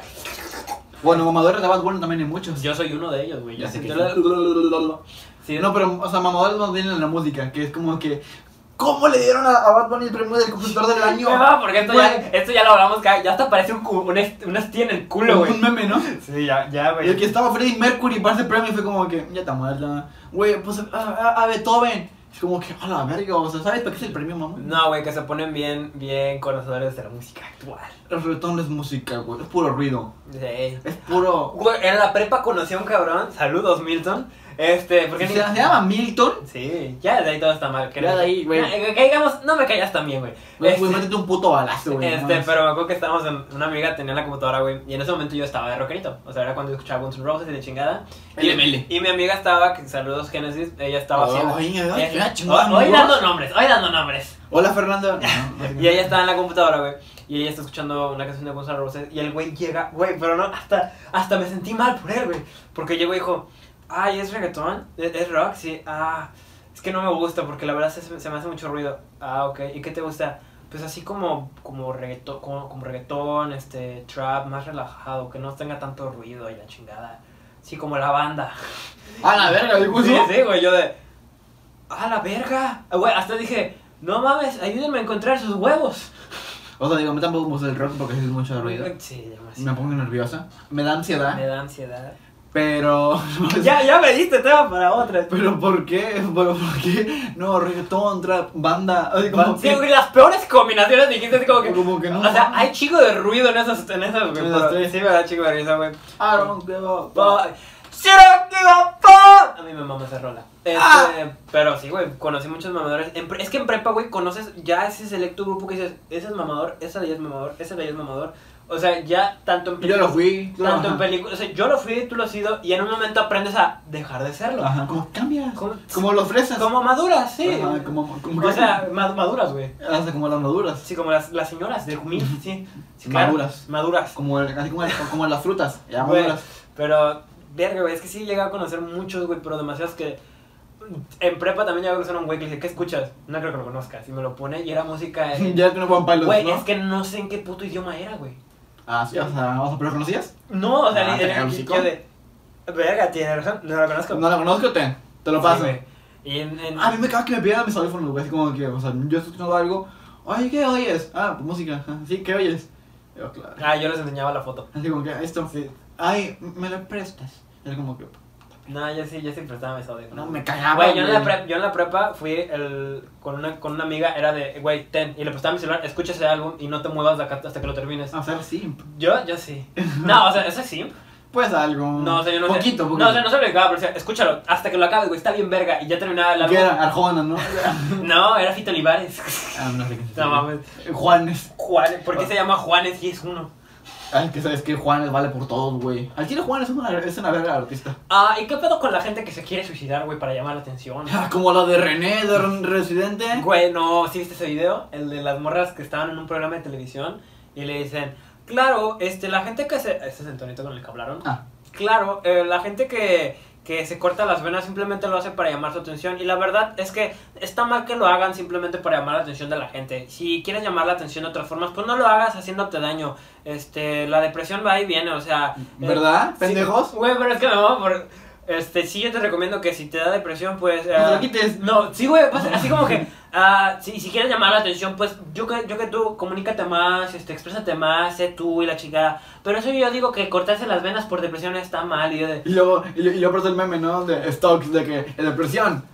Speaker 2: Bueno, mamadores de Bad Bunny también hay muchos.
Speaker 1: yo soy uno de ellos, güey. Yo
Speaker 2: Ya
Speaker 1: sí
Speaker 2: sé
Speaker 1: te
Speaker 2: que sí.
Speaker 1: lo- sí.
Speaker 2: No, pero, o sea, mamadores más bien en la música, que es como que... ¿Cómo le dieron a, a Bad Bunny el premio del compositor del año?
Speaker 1: No, porque esto ya,
Speaker 2: Güey,
Speaker 1: esto ya lo hablamos, cada- ya hasta parece un, cu- un, est- una estilla en el culo, güey.
Speaker 2: Un meme, ¿no?
Speaker 1: Sí, ya, ya,
Speaker 2: Y el que estaba Freddie Mercury para ese premio fue como que, ya está muerta. Güey, pues a, a- a Beethoven. Es como que, a la verga, o sea, ¿sabes para qué es el premio, mamá?
Speaker 1: No, güey, que se ponen bien, bien conocedores de la música actual.
Speaker 2: El reggaetón no es música, güey, es puro ruido.
Speaker 1: Sí.
Speaker 2: Es puro...
Speaker 1: Güey, en la prepa conocí a un cabrón, saludos Milton, este, porque...
Speaker 2: Se, se llama Milton.
Speaker 1: Sí, ya de ahí todo está mal. que
Speaker 2: Ya
Speaker 1: no-
Speaker 2: de ahí, güey.
Speaker 1: Ya, eh, Que digamos, no me callas también, güey.
Speaker 2: Güey,
Speaker 1: Este-
Speaker 2: pues métete un puto balazo, güey. no
Speaker 1: Este,
Speaker 2: mames.
Speaker 1: pero me acuerdo que estábamos en. Una amiga tenía la computadora, güey. Y en ese momento yo estaba de rockerito. O sea, era cuando escuchaba Guns N' Roses y de chingada. Y,
Speaker 2: LML.
Speaker 1: y mi amiga estaba, que saludos Genesis, ella estaba
Speaker 2: Oh,
Speaker 1: haciendo. Eh, oh,
Speaker 2: oye, oye,
Speaker 1: ella-
Speaker 2: la chingada,
Speaker 1: hoy, hoy
Speaker 2: amigos.
Speaker 1: dando nombres, hoy dando nombres.
Speaker 2: Hola,
Speaker 1: (laughs)
Speaker 2: Fernando. No, no,
Speaker 1: Y ella estaba en la computadora, güey. Y ella está escuchando una canción de Guns N' Roses. Y el güey llega, güey, pero no, hasta, hasta me sentí mal por él, güey. Porque llegó y dijo, ay, es reggaetón, ¿E-, es, es rock, sí, ah, es que no me gusta porque la verdad se, se me hace mucho ruido. Ah, ok, ¿y qué te gusta? Pues así como, como, reggaetón, como, como reggaetón, este, trap, más relajado, que no tenga tanto ruido y la chingada. Sí, como la banda.
Speaker 2: A la verga, ¿le puso?
Speaker 1: Sí, sí, güey, yo de. ¡A la verga! Ah, Güey, hasta dije, no mames, ayúdenme a encontrar sus huevos.
Speaker 2: O sea, digo, a mí tampoco me gusta el rock porque sí es mucho ruido.
Speaker 1: Sí, demasiado.
Speaker 2: Me pongo nerviosa. Me da
Speaker 1: Me
Speaker 2: ansiedad.
Speaker 1: da
Speaker 2: (laughs)
Speaker 1: ansiedad.
Speaker 2: Pero...
Speaker 1: ya, ya me diste tema para otra.
Speaker 2: Pero ¿por qué? ¿Pero por qué? No, reggaetón, trap, banda. Así como
Speaker 1: Sí,
Speaker 2: que,
Speaker 1: güey, las peores combinaciones dijiste así como que.
Speaker 2: como que no.
Speaker 1: O sea, hay chico de ruido en esas, en esas, güey.
Speaker 2: En las
Speaker 1: pero-
Speaker 2: tres.
Speaker 1: Sí, me da chico de risa, güey.
Speaker 2: I don't give a fuck.
Speaker 1: Bye. Sí, no, digo, fuck. A mí me mama esa rola. Este,
Speaker 2: Ah.
Speaker 1: Pero sí, güey, conocí muchos mamadores. En pre- es que en prepa, güey, conoces ya ese selecto grupo que dices, ese es mamador, ese de ahí es mamador, ese de ahí es mamador. O sea, ya tanto en
Speaker 2: Y Yo lo fui. claro,
Speaker 1: Tanto en
Speaker 2: ajá.
Speaker 1: películas, o sea, yo lo fui, tú lo has sido, y en un momento aprendes a dejar de serlo.
Speaker 2: Ajá, como cambias.
Speaker 1: Como-
Speaker 2: Como los fresas.
Speaker 1: Como maduras, sí.
Speaker 2: Ajá, como, como
Speaker 1: o
Speaker 2: que-
Speaker 1: sea, ma- maduras, güey.
Speaker 2: hasta como las maduras.
Speaker 1: Sí, como las, las señoras de Jumil, sí. sí claro.
Speaker 2: Maduras.
Speaker 1: Maduras.
Speaker 2: Como el- así como, el- como las frutas. Ya
Speaker 1: Güey.
Speaker 2: maduras.
Speaker 1: Pero, verga, güey, es que sí he llegado a conocer muchos, güey, pero demasiados que... En prepa también llegué a conocer a un güey que le dije, ¿qué escuchas? No creo que lo conozcas. Y me lo pone y era música... eh,
Speaker 2: (laughs) ya tiene Juan Palos,
Speaker 1: Güey,
Speaker 2: ¿no?
Speaker 1: es que no sé en qué puto idioma era, güey.
Speaker 2: Ah, sí, o sea, o sea, ¿pero conocías?
Speaker 1: No, o sea,
Speaker 2: Ah,
Speaker 1: le-
Speaker 2: te cago el
Speaker 1: yo
Speaker 2: hocico.
Speaker 1: de... Verga, tiene razón, no lo conozco.
Speaker 2: No la conozco, te, te lo
Speaker 1: Sí,
Speaker 2: paso. Ah,
Speaker 1: güey. y en... en-
Speaker 2: A mí me caga que me pidan mis audífonos, güey. Así como que, o sea, yo estoy escuchando algo. Oye, ¿qué oyes? Ah, pues música. ajá. Sí, ¿qué oyes? Yo, claro.
Speaker 1: Ah, yo les enseñaba la foto.
Speaker 2: Así como que, "Ah, esto. Ay, ¿me lo prestas? Era como que,
Speaker 1: No, yo sí, yo sí prestaba mis audífonos.
Speaker 2: no, me cagaba.
Speaker 1: Güey, yo, en la
Speaker 2: Ah, güey.
Speaker 1: prep- yo en la prepa fui el, con, una, con una amiga, era de, güey, ten, y le prestaba mi celular, escucha ese álbum y no te muevas de acá hasta que lo termines.
Speaker 2: O sea, sí.
Speaker 1: Yo, yo sí. No, o sea, eso sí.
Speaker 2: Pues algo.
Speaker 1: No, o sea, yo no
Speaker 2: poquito,
Speaker 1: sé.
Speaker 2: Poquito,
Speaker 1: No, o sea, no se lo dedicaba, pero decía, escúchalo, hasta que lo acabes, güey, está bien verga. Y ya terminaba el álbum.
Speaker 2: Que era Arjona, ¿no?
Speaker 1: No, era Fito
Speaker 2: (laughs)
Speaker 1: Olivares.
Speaker 2: ah, no sé qué es.
Speaker 1: No mames.
Speaker 2: Juanes.
Speaker 1: Juanes, ¿por
Speaker 2: Ah.
Speaker 1: qué se llama Juanes y es uno?
Speaker 2: Ay, que sabes que Juanes vale por todos, güey. Al chile Juanes es una, es una verga de artista.
Speaker 1: Ah, ¿y qué pedo con la gente que se quiere suicidar, güey, para llamar la
Speaker 2: (laughs)
Speaker 1: atención?
Speaker 2: Ah, Como la de René, de Ren- Residente.
Speaker 1: Güey, no, ¿sí viste ese video? El de las morras que estaban en un programa de televisión y le dicen, claro, este, la gente que se... Este es el tonito con el que hablaron.
Speaker 2: Ah.
Speaker 1: Claro, eh, la gente que, que se corta las venas simplemente lo hace para llamar su atención y la verdad es que está mal que lo hagan simplemente para llamar la atención de la gente. Si quieres llamar la atención de otras formas, pues no lo hagas haciéndote daño. Este, la depresión va y viene, o sea... eh,
Speaker 2: ¿Verdad,
Speaker 1: sí,
Speaker 2: pendejos?
Speaker 1: Güey, pero es que me mamo por... Este, sí, yo te recomiendo que si te da depresión, pues...
Speaker 2: No te
Speaker 1: ah,
Speaker 2: lo quites.
Speaker 1: no, sí, güey, pues, así como que, ah, si, si quieres llamar la atención, pues yo que, yo que tú, comunícate más, este, exprésate más, sé tú y la chingada. Pero eso yo digo que cortarse las venas por depresión está mal y yo de... (laughs)
Speaker 2: Y luego, y, luego- y luego aparece el meme, ¿no? De Stokes, de que en depresión.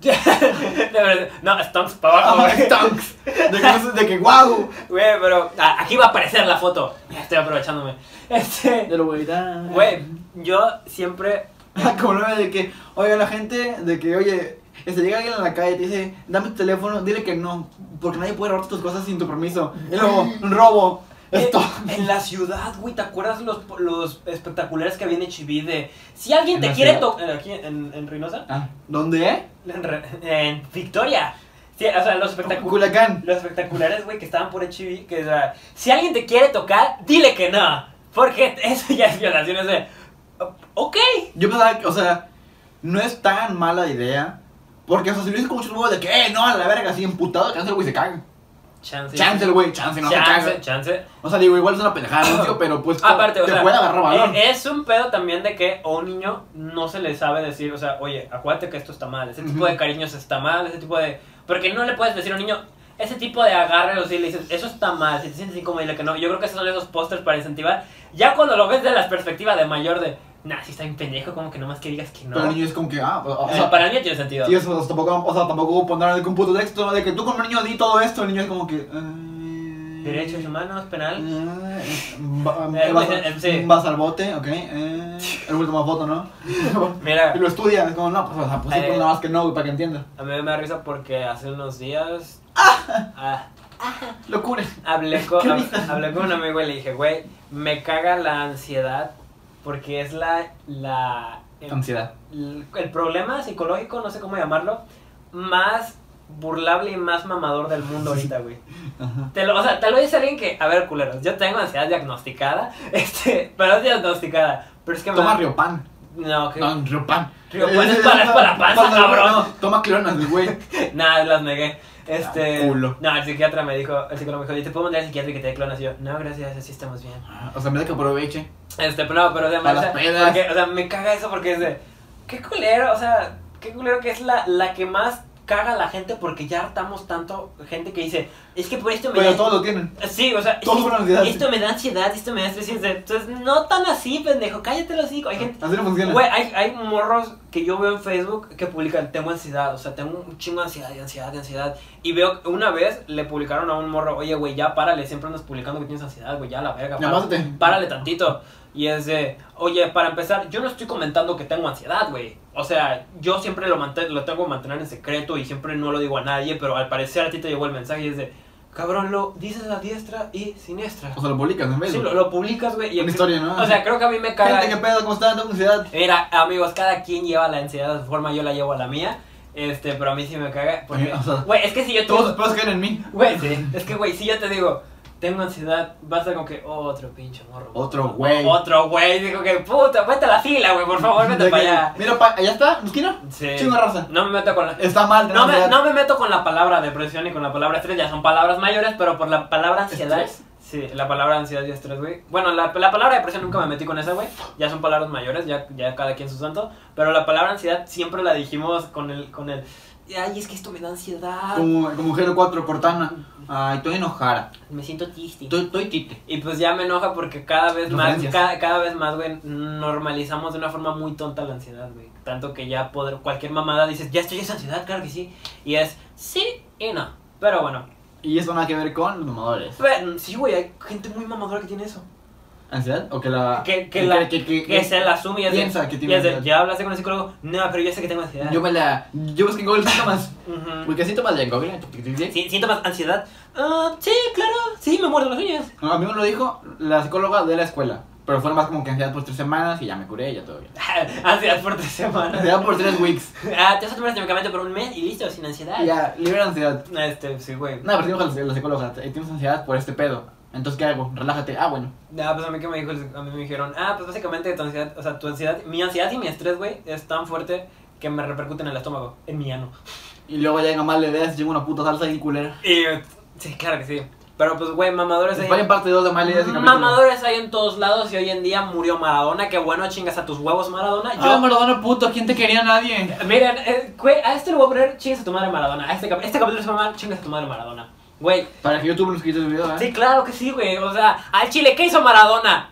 Speaker 1: de verdad, no, stonks para abajo,
Speaker 2: (laughs) Ah,
Speaker 1: (laughs) güey.
Speaker 2: Stokes. De que, no sé- de que wow.
Speaker 1: Güey, pero ah, aquí va a aparecer la foto. Ya estoy aprovechándome. Este,
Speaker 2: De lo güey. da.
Speaker 1: güey, yo siempre...
Speaker 2: (laughs) Ah, Como el meme de que, oye, la gente, de que, oye, este, llega alguien a la calle y te dice, dame tu teléfono, dile que no, porque nadie puede robarte tus cosas sin tu permiso.
Speaker 1: (laughs)
Speaker 2: Y luego, robo. Esto.
Speaker 1: Eh, En la ciudad, güey, ¿te acuerdas los, los espectaculares que había en Chiví de... Si alguien
Speaker 2: En
Speaker 1: te
Speaker 2: la
Speaker 1: quiere
Speaker 2: ciudad.
Speaker 1: tocar... ¿Aquí en, en Reynosa?
Speaker 2: Ah, ¿Dónde?
Speaker 1: En, re- en Victoria. Sí, o sea, los, espectacu-
Speaker 2: Culacán.
Speaker 1: los espectaculares, güey, que estaban por HIV, que o sea, si alguien te quiere tocar, dile que no. Porque (laughs) eso ya es violación, es de... "O- Ok.
Speaker 2: Yo pensaba que, o sea, no es tan mala idea. Porque, o sea, si lo dices como un huevo de que, eh, no, a la verga, así emputado, que hace el güey se caga.
Speaker 1: Chance.
Speaker 2: Chance el güey, chance, no se
Speaker 1: Chance,
Speaker 2: caga.
Speaker 1: chance.
Speaker 2: O sea, digo, igual es una pendejada, no,
Speaker 1: (coughs)
Speaker 2: tío, pero pues
Speaker 1: Aparte, o
Speaker 2: te
Speaker 1: sea,
Speaker 2: puede agarrar balón.
Speaker 1: eh, Es un pedo también de que a un niño no se le sabe decir, o sea, oye, acuérdate que esto está mal, ese tipo
Speaker 2: Ujú.
Speaker 1: de cariños está mal, ese tipo de... Porque no le puedes decir a un niño, ese tipo de agarre o si le dices, eso está mal, si te sientes incómodo, dile que no. Yo creo que esos son esos pósters para incentivar. Ya cuando lo ves de la perspectiva de mayor de, nah, si está bien pendejo, como que nomás que digas que no.
Speaker 2: Pero el niño es como que, ah, o o
Speaker 1: Eh,
Speaker 2: sea,
Speaker 1: para el niño tiene sentido.
Speaker 2: Sí, eso, o sea, tampoco, o sea, tampoco pondrán el computo texto ¿no? de que tú como niño di todo esto, el niño es como que... eh,
Speaker 1: Derechos humanos, penal.
Speaker 2: eh, va-
Speaker 1: Eh,
Speaker 2: vas,
Speaker 1: eh, sí.
Speaker 2: vas al bote, ok. eh, el último voto, ¿no?
Speaker 1: Mira,
Speaker 2: y lo estudia, es como, no, pues, o sea, pues sí,
Speaker 1: Eh.
Speaker 2: pues, nada más que no, güey, para que entienda.
Speaker 1: a mí me da risa porque hace unos días... Ah,
Speaker 2: Locura.
Speaker 1: Hablé con,
Speaker 2: Qué
Speaker 1: hab-
Speaker 2: risa.
Speaker 1: hablé con un amigo y le dije, güey, me caga la ansiedad porque es la, la el,
Speaker 2: Ansiedad.
Speaker 1: el problema psicológico, no sé cómo llamarlo, más burlable y más mamador del mundo ahorita, güey.
Speaker 2: Ajá.
Speaker 1: Te lo, o sea, te lo dice alguien que, a ver, culeros, yo tengo ansiedad diagnosticada, (laughs) este, pero es diagnosticada, pero es que me
Speaker 2: Toma
Speaker 1: da-
Speaker 2: Riopan.
Speaker 1: No, que,
Speaker 2: No, Riopan.
Speaker 1: Riopan es para- es para la panza, cabrón.
Speaker 2: no, Toma clonas, güey.
Speaker 1: nada, las negué. Este,
Speaker 2: Ah, culo.
Speaker 1: no, el psiquiatra me dijo, el psicólogo me dijo, yo te puedo mandar al psiquiatra y que te dé clonas. Y yo, no, gracias, así estamos bien.
Speaker 2: O sea, en vez de que aproveche.
Speaker 1: Este, pero no, pero o sea,
Speaker 2: Para
Speaker 1: o sea,
Speaker 2: las pedas.
Speaker 1: porque, o sea, me caga eso porque es de. Qué culero, o sea, qué culero que es la, la que más caga a la gente porque ya hartamos tanto gente que dice, es que por esto me
Speaker 2: Pero
Speaker 1: da.
Speaker 2: todos lo tienen.
Speaker 1: Sí, o sea,
Speaker 2: todos
Speaker 1: es-
Speaker 2: con ansiedad.
Speaker 1: esto me da ansiedad, esto me da estrés. y es de, Entonces, no tan así, pendejo, cállate los hocico. Hay gente.
Speaker 2: Así no funciona.
Speaker 1: Güey, hay, hay morros que yo veo en Facebook que publican, tengo ansiedad, o sea, tengo un chingo de ansiedad, de ansiedad, de ansiedad. Y veo, una vez le publicaron a un morro, oye, güey, ya párale, siempre andas publicando que tienes ansiedad, güey, ya la verga.
Speaker 2: Ya,
Speaker 1: párale"
Speaker 2: pásate.
Speaker 1: párale tantito. Y es de, oye, para empezar, yo no estoy comentando que tengo ansiedad, güey. O sea, yo siempre lo, manten- lo tengo que mantener en secreto y siempre no lo digo a nadie, pero al parecer a ti te llegó el mensaje y es de, cabrón, lo dices a diestra y siniestra.
Speaker 2: O sea, lo publicas en vez.
Speaker 1: Sí,
Speaker 2: güey.
Speaker 1: lo, lo publicas, güey. y-
Speaker 2: Una historia, ¿no?
Speaker 1: O sea, creo que a mí me caga.
Speaker 2: Gente, ¿qué pedo? ¿Cómo están? ¿Tengo ansiedad?
Speaker 1: Mira, amigos, cada quien lleva la ansiedad de su forma, yo la llevo a la mía. Este, pero a mí sí me caga. Porque,
Speaker 2: O sea,
Speaker 1: güey, es que si yo te-
Speaker 2: Todos los pedos caen en mí.
Speaker 1: Güey, es que, güey, si yo te digo, tengo ansiedad, vas a como que, otro pinche morro.
Speaker 2: Otro güey.
Speaker 1: Otro güey. Digo que, puta, vete a la fila, güey, por favor, vete
Speaker 2: De
Speaker 1: para
Speaker 2: que,
Speaker 1: allá.
Speaker 2: Mira, pa- allá está, en la esquina.
Speaker 1: Sí.
Speaker 2: Chingo de raza.
Speaker 1: No me meto con la...
Speaker 2: Está mal.
Speaker 1: No me,
Speaker 2: ansiedad.
Speaker 1: no me meto con la palabra depresión y con la palabra estrés, ya son palabras mayores, pero por la palabra ansiedad...
Speaker 2: ¿Estrés?
Speaker 1: Sí, la palabra ansiedad y estrés, güey. Bueno, la, la palabra depresión nunca me metí con esa, güey. Ya son palabras mayores, ya, ya cada quien su santo. Pero la palabra ansiedad siempre la dijimos con el... Con el Ay, es que esto me da ansiedad.
Speaker 2: Como, como Hero 4, Cortana. Ay, estoy enojada.
Speaker 1: Me siento triste.
Speaker 2: Estoy, estoy tite.
Speaker 1: Y pues ya me enoja porque cada vez más,
Speaker 2: Referencias.
Speaker 1: cada, cada vez más, güey, normalizamos de una forma muy tonta la ansiedad, güey. Tanto que ya poder, cualquier mamada dices, ya estoy es ansiedad, claro que sí. Y es sí y no. Pero bueno,
Speaker 2: Y eso nada que ver con los mamadores.
Speaker 1: Fe- sí, güey, hay gente muy mamadora que tiene eso.
Speaker 2: ¿Ansiedad? ¿O que la.?
Speaker 1: Que, que, la,
Speaker 2: que- que- eh,
Speaker 1: que se la asume y es de-
Speaker 2: piensa que tiene
Speaker 1: y es de,
Speaker 2: ansiedad.
Speaker 1: ya hablaste con el psicólogo, no, pero yo sé que tengo ansiedad.
Speaker 2: Yo me la. Yo busqué en Google síntomas.
Speaker 1: Ujú.
Speaker 2: Porque síntomas de Google. tic, tic, tic.
Speaker 1: Sí, ¿Siento más ansiedad? Ah, sí, claro, sí, me muerdo las uñas.
Speaker 2: No, a mí me lo dijo la psicóloga de la escuela. Pero fue más como que ansiedad por tres semanas y ya me curé y ya todo bien.
Speaker 1: (laughs) ansiedad por tres semanas.
Speaker 2: Ansiedad por tres weeks.
Speaker 1: ah, te vas a tomar este medicamento por un mes y listo, sin ansiedad.
Speaker 2: Y Ya, libre de ansiedad.
Speaker 1: Este, sí, güey.
Speaker 2: Nada, pero sí me dijo la, la psicóloga. "Eh, Tienes ansiedad por este pedo. Entonces, ¿qué hago? Relájate. Ah, bueno.
Speaker 1: Ah, pues a mí que me dijo, el- a mí me dijeron, ah, pues básicamente tu ansiedad, o sea, tu ansiedad, mi ansiedad y mi estrés, güey, es tan fuerte que me repercute en el estómago, en mi ano.
Speaker 2: Y luego ya llega mal la idea, se llega una puta salsa ahí culera.
Speaker 1: Y, sí, claro que sí. Pero pues, güey, mamadores hay,
Speaker 2: Vaya en parte 2 de mal idea ese capítulo.
Speaker 1: mamadores hay en todos lados y hoy en día murió Maradona, qué bueno, chingas a tus huevos, Maradona. Yo,
Speaker 2: Ah, Maradona puto, ¿quién te quería nadie?
Speaker 1: Miren, eh, güey, a este le voy a poner chingas a tu madre Maradona, a este, cap- este capítulo se llama chingas a tu madre Maradona. Güey,
Speaker 2: Para que YouTube nos quite el video, ¿eh?
Speaker 1: sí, claro que sí, güey, o sea, al chile, ¿qué hizo Maradona?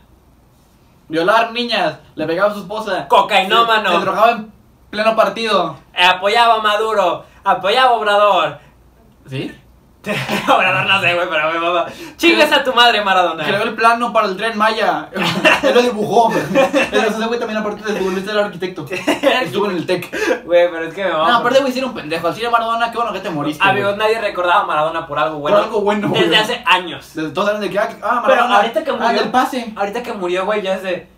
Speaker 2: Violar niñas, le pegaba a su esposa.
Speaker 1: Cocainómano. eh,
Speaker 2: Se, se drogaba en pleno partido.
Speaker 1: Apoyaba a Maduro, apoyaba a Obrador,
Speaker 2: ¿Sí?
Speaker 1: (laughs) Ahora no sé, güey, pero me mamá. Chingas a tu madre, Maradona. (laughs)
Speaker 2: Creó el plano para el tren Maya. (laughs) Él lo dibujó. Pero ese güey también, aparte de futbolista, era arquitecto. (laughs) Estuvo en el TEC.
Speaker 1: Güey, pero es que me
Speaker 2: No,
Speaker 1: mamá.
Speaker 2: aparte, güey, sí era un pendejo. Así de Maradona, qué bueno que te moriste.
Speaker 1: Amigos,
Speaker 2: güey.
Speaker 1: nadie recordaba a Maradona por algo
Speaker 2: Por
Speaker 1: bueno.
Speaker 2: algo bueno,
Speaker 1: Desde
Speaker 2: güey.
Speaker 1: hace años.
Speaker 2: Desde todos saben de que, ah, ah, Maradona.
Speaker 1: ahorita que
Speaker 2: Ah,
Speaker 1: murió-
Speaker 2: del pase.
Speaker 1: Ahorita que murió, güey, ya es de.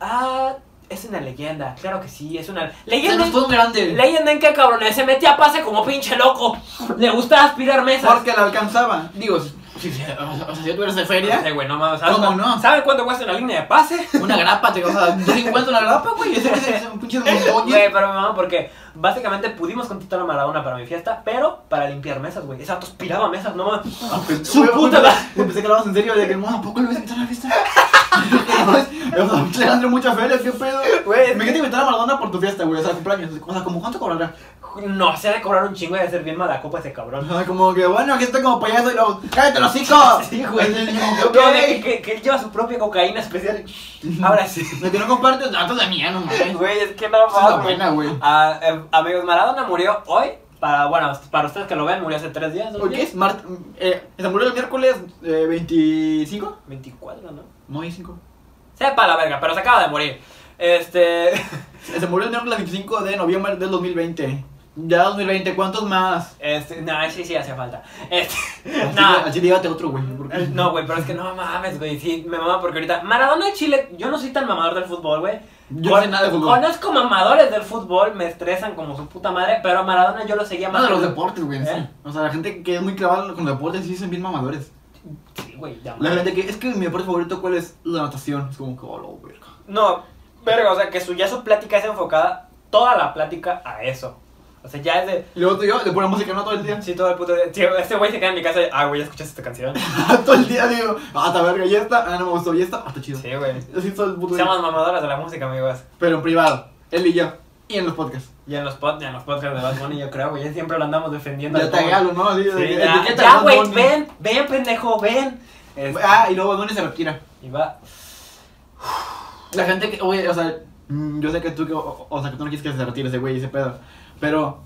Speaker 1: Ah, es una leyenda. Claro que sí, es una.
Speaker 2: Se
Speaker 1: Leyenda
Speaker 2: nos
Speaker 1: en,
Speaker 2: fue un grande.
Speaker 1: leyenda en que cabrón, se metía a pase como pinche loco. Le gustaba aspirar mesas.
Speaker 2: Porque la alcanzaba. Digo, Si, si- o sea, si yo tuviera esa feria,
Speaker 1: No sé, güey, no mames. ¿Sabes
Speaker 2: ¿Cómo
Speaker 1: cuán-
Speaker 2: no?
Speaker 1: ¿Saben cuánto cuesta una línea de
Speaker 2: (laughs)
Speaker 1: pase?
Speaker 2: una grapa, te, o sea, yo sí encuentro una grapa, güey. Ese ese- ese es un pinche
Speaker 1: Güey,
Speaker 2: montaña.
Speaker 1: pero mamá, porque básicamente pudimos contratar a Maradona para mi fiesta, pero para limpiar mesas, güey. Ese vato aspiraba mesas, no mames.
Speaker 2: Ah, pues,
Speaker 1: su puta madre.
Speaker 2: Empecé que hablabas en serio de que, ¿a poco le vas a invitar a la fiesta? (laughs) Le dan mucha feria, qué pedo.
Speaker 1: Güey,
Speaker 2: Me quedé invitar a Maradona por tu fiesta, güey, o sea, cumpleaños. O sea, ¿como cuánto cobrará?
Speaker 1: No, se ha de cobrar un chingo y de ser bien mala copa ese
Speaker 2: O
Speaker 1: cabrón.
Speaker 2: sea, como que, bueno, aquí estoy como payaso y luego, ¡cállate los hocico!
Speaker 1: (laughs) Sí, güey.
Speaker 2: Ok.
Speaker 1: No, de que, que- que él lleva su propia cocaína especial. Ahora sí.
Speaker 2: De que no compartes datos de mía, no mames.
Speaker 1: (laughs) Güey, es que no
Speaker 2: Esa es la
Speaker 1: mames, güey.
Speaker 2: buena, güey.
Speaker 1: Ah, eh, amigos, Maradona murió hoy. Para, bueno, para ustedes que lo ven, murió hace tres días. ¿no?
Speaker 2: ¿Por qué es? Mart eh, ¿Se murió el miércoles eh, 25?
Speaker 1: 24, ¿no?
Speaker 2: No, 25.
Speaker 1: Sepa la verga, pero se acaba de morir. Este. (laughs)
Speaker 2: Se se murió el miércoles 25 de noviembre del 2020. Ya 2020, ¿cuántos más?
Speaker 1: Este. No, sí, sí, hace falta. Este.
Speaker 2: Así
Speaker 1: (laughs) No.
Speaker 2: que- Así llévate otro, güey. porque-
Speaker 1: Eh, No, güey, pero es que no mames, güey. Sí, me mama porque ahorita. Maradona de Chile, yo no soy tan mamador del fútbol, güey.
Speaker 2: Yo no
Speaker 1: Con-
Speaker 2: sé nada de fútbol.
Speaker 1: Conozco mamadores del fútbol, me estresan como su puta madre, pero a Maradona yo lo seguía más.
Speaker 2: Nada de los
Speaker 1: que-
Speaker 2: deportes, güey. en
Speaker 1: ¿Eh?
Speaker 2: sí. O sea, la gente que es muy clavada con los deportes sí son bien mamadores.
Speaker 1: Sí, güey, ya.
Speaker 2: La gente que es que mi deporte favorito, ¿cuál es? La natación. Es como que, oh, la verga.
Speaker 1: No, verga, o sea, que su, ya su plática es enfocada, toda la plática a eso. O sea, ya es de.
Speaker 2: Y luego tú y yo le ponemos música, ¿no? Todo el día. (laughs)
Speaker 1: Sí, todo el puto. día, tío, este güey se queda en mi casa y. Ah, güey, ¿ya escuchaste esta canción?
Speaker 2: todo el día digo, ah, está verga. Y esta, ah, no me gustó. Y esta, ah, está chido.
Speaker 1: Sí, güey.
Speaker 2: Así todo el puto día.
Speaker 1: Seamos mamadoras de la música, amigos.
Speaker 2: Pero en privado. Él y yo. Y en los podcasts.
Speaker 1: Y en los, pod, en los podcasts de Bad Bunny, yo creo, güey, ya siempre lo andamos defendiendo.
Speaker 2: Ya
Speaker 1: de
Speaker 2: te
Speaker 1: todo.
Speaker 2: regalo, ¿no? Así, de-
Speaker 1: Sí,
Speaker 2: de-
Speaker 1: ya,
Speaker 2: etiqueta
Speaker 1: ya,
Speaker 2: a Bad
Speaker 1: güey,
Speaker 2: Bunny.
Speaker 1: ven, ven, pendejo, ven. Este,
Speaker 2: Ah, y luego Bad Bunny se retira.
Speaker 1: y va.
Speaker 2: La gente que, oye, o sea, mm, yo sé que tú, que- o, o sea, que tú no quieres que se retire ese güey, ese pedo. Pero,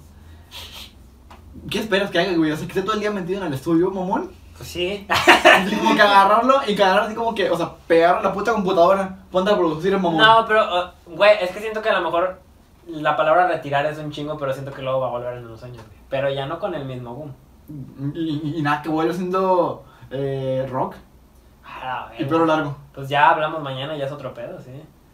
Speaker 2: ¿qué esperas que haga, güey? O sea, que esté todo el día metido en el estudio, mamón.
Speaker 1: Pues sí.
Speaker 2: Ah, Así como que agarrarlo y agarrar así como que, o sea, pegar la puta computadora. Ponte a producir el mamón.
Speaker 1: No, pero, uh, güey, es que siento que a lo mejor la palabra retirar es un chingo, pero siento que luego va a volver en unos años, güey. Pero ya no con el mismo boom.
Speaker 2: Y, y- y nada, que vuelve siendo eh, rock
Speaker 1: Ah, la
Speaker 2: y
Speaker 1: verga.
Speaker 2: pelo largo.
Speaker 1: Pues ya hablamos mañana, ya es otro pedo, sí.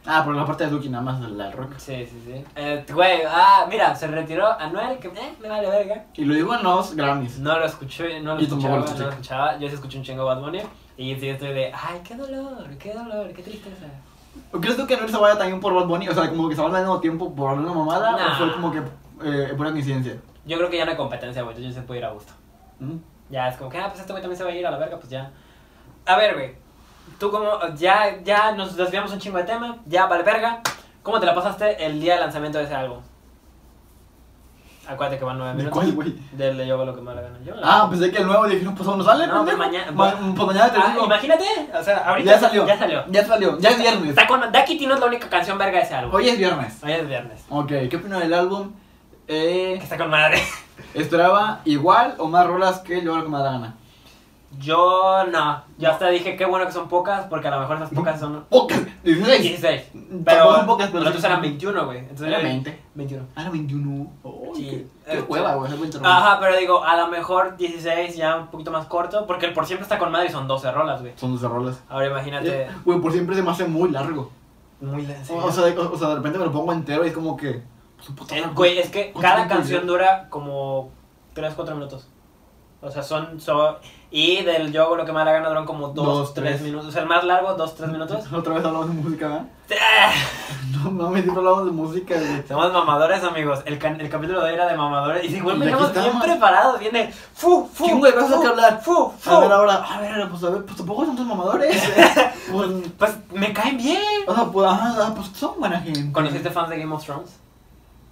Speaker 2: Ah, por la parte de Duki, nada más el, el rock.
Speaker 1: Sí, sí, sí. Eh, güey, ah, mira, se retiró Anuel, que eh, me vale verga.
Speaker 2: Y lo digo en los Grammys.
Speaker 1: No lo escuché, no lo
Speaker 2: Y
Speaker 1: escuchaba,
Speaker 2: tampoco lo
Speaker 1: no
Speaker 2: escuché.
Speaker 1: lo escuchaba. Yo sí escuché un chingo Bad Bunny. Y sí estoy de, ay, qué dolor, qué dolor, qué tristeza.
Speaker 2: ¿Crees tú que Anuel se vaya también por Bad Bunny? O sea, como que se va al mismo tiempo por una mamada.
Speaker 1: Nah.
Speaker 2: ¿O fue como que eh, pura coincidencia?
Speaker 1: Yo creo que ya no hay competencia, güey, entonces yo se puede ir a gusto.
Speaker 2: ¿Mm?
Speaker 1: Ya es como que, ah, pues este güey también se va a ir a la verga, pues ya. A ver, güey, tú como, ya, ya nos desviamos un chingo de tema, ya vale verga. ¿Cómo te la pasaste el día de lanzamiento de ese álbum? Acuérdate que van nueve
Speaker 2: ¿De
Speaker 1: minutos.
Speaker 2: cuál, güey?
Speaker 1: Del de yo hago lo que me da la gana. Yo me la
Speaker 2: Ah, pensé que el nuevo dije, no, pues aún no sale,
Speaker 1: No, pues
Speaker 2: pendejo.
Speaker 1: mañana-
Speaker 2: Ma- pues mañana te
Speaker 1: Ah,
Speaker 2: digo.
Speaker 1: imagínate, o sea, ahorita
Speaker 2: ya salió.
Speaker 1: Ya salió.
Speaker 2: Ya salió. Ya es viernes.
Speaker 1: Está con Da Kitty no es la única canción verga de ese álbum.
Speaker 2: Hoy es viernes.
Speaker 1: Hoy es viernes.
Speaker 2: Ok, ¿qué opinas del álbum?
Speaker 1: Que
Speaker 2: Eh,
Speaker 1: Está con madre.
Speaker 2: ¿Esperaba igual o más rolas que yo ahora que me da la gana?
Speaker 1: Yo no. Yo hasta dije qué bueno que son pocas, porque a lo mejor esas pocas son
Speaker 2: ¡Pocas! ¡16!
Speaker 1: 16.
Speaker 2: Tampoco
Speaker 1: Pero
Speaker 2: son pocas, pero
Speaker 1: los otros
Speaker 2: sí.
Speaker 1: eran 21, güey. Entonces
Speaker 2: Era
Speaker 1: yo-
Speaker 2: 20.
Speaker 1: 21.
Speaker 2: Ah, era 21. Oh,
Speaker 1: Sí.
Speaker 2: qué, qué
Speaker 1: Eh,
Speaker 2: hueva, güey. es 20 rolas.
Speaker 1: Ajá, pero digo, a lo mejor 16 ya un poquito más corto, porque el por siempre está con madre y son 12 rolas, güey.
Speaker 2: Son 12 rolas.
Speaker 1: Ahora imagínate.
Speaker 2: Eh, Güey, por siempre se me hace muy largo.
Speaker 1: Muy lento.
Speaker 2: O, o sea, de, o, o sea, de repente me lo pongo entero y es como que. pues, un puto
Speaker 1: Eh,
Speaker 2: largo.
Speaker 1: Güey, es que
Speaker 2: ¿Cuánto
Speaker 1: cada
Speaker 2: tiempo
Speaker 1: canción
Speaker 2: lleva?
Speaker 1: dura como 3, 4 minutos. O sea, son, son- Y del yo hago lo que me da la gana duran como 2,
Speaker 2: Dos,
Speaker 1: 3
Speaker 2: tres.
Speaker 1: minutos. O sea, el más largo, 2, 3 minutos.
Speaker 2: (laughs) Otra vez hablamos de música,
Speaker 1: (laughs)
Speaker 2: ¿verdad?
Speaker 1: ¡Ah!
Speaker 2: No mames, siempre hablamos de música, güey.
Speaker 1: Somos mamadores, amigos. El, can- el capítulo de hoy era de mamadores. Y igual
Speaker 2: Y aquí
Speaker 1: veníamos bien
Speaker 2: estamos.
Speaker 1: preparados. Viene. ¡Fu, fu!
Speaker 2: Chingo de cosas
Speaker 1: fu,
Speaker 2: que hablar.
Speaker 1: ¡Fu, fu!
Speaker 2: A ver, ahora, a ver, pues a ver, pues tampoco son
Speaker 1: (laughs)
Speaker 2: tus mamadores. pues,
Speaker 1: Pues me caen bien.
Speaker 2: o sea, pues, ajá, pues son buena gente.
Speaker 1: ¿Conociste fans de Game of Thrones?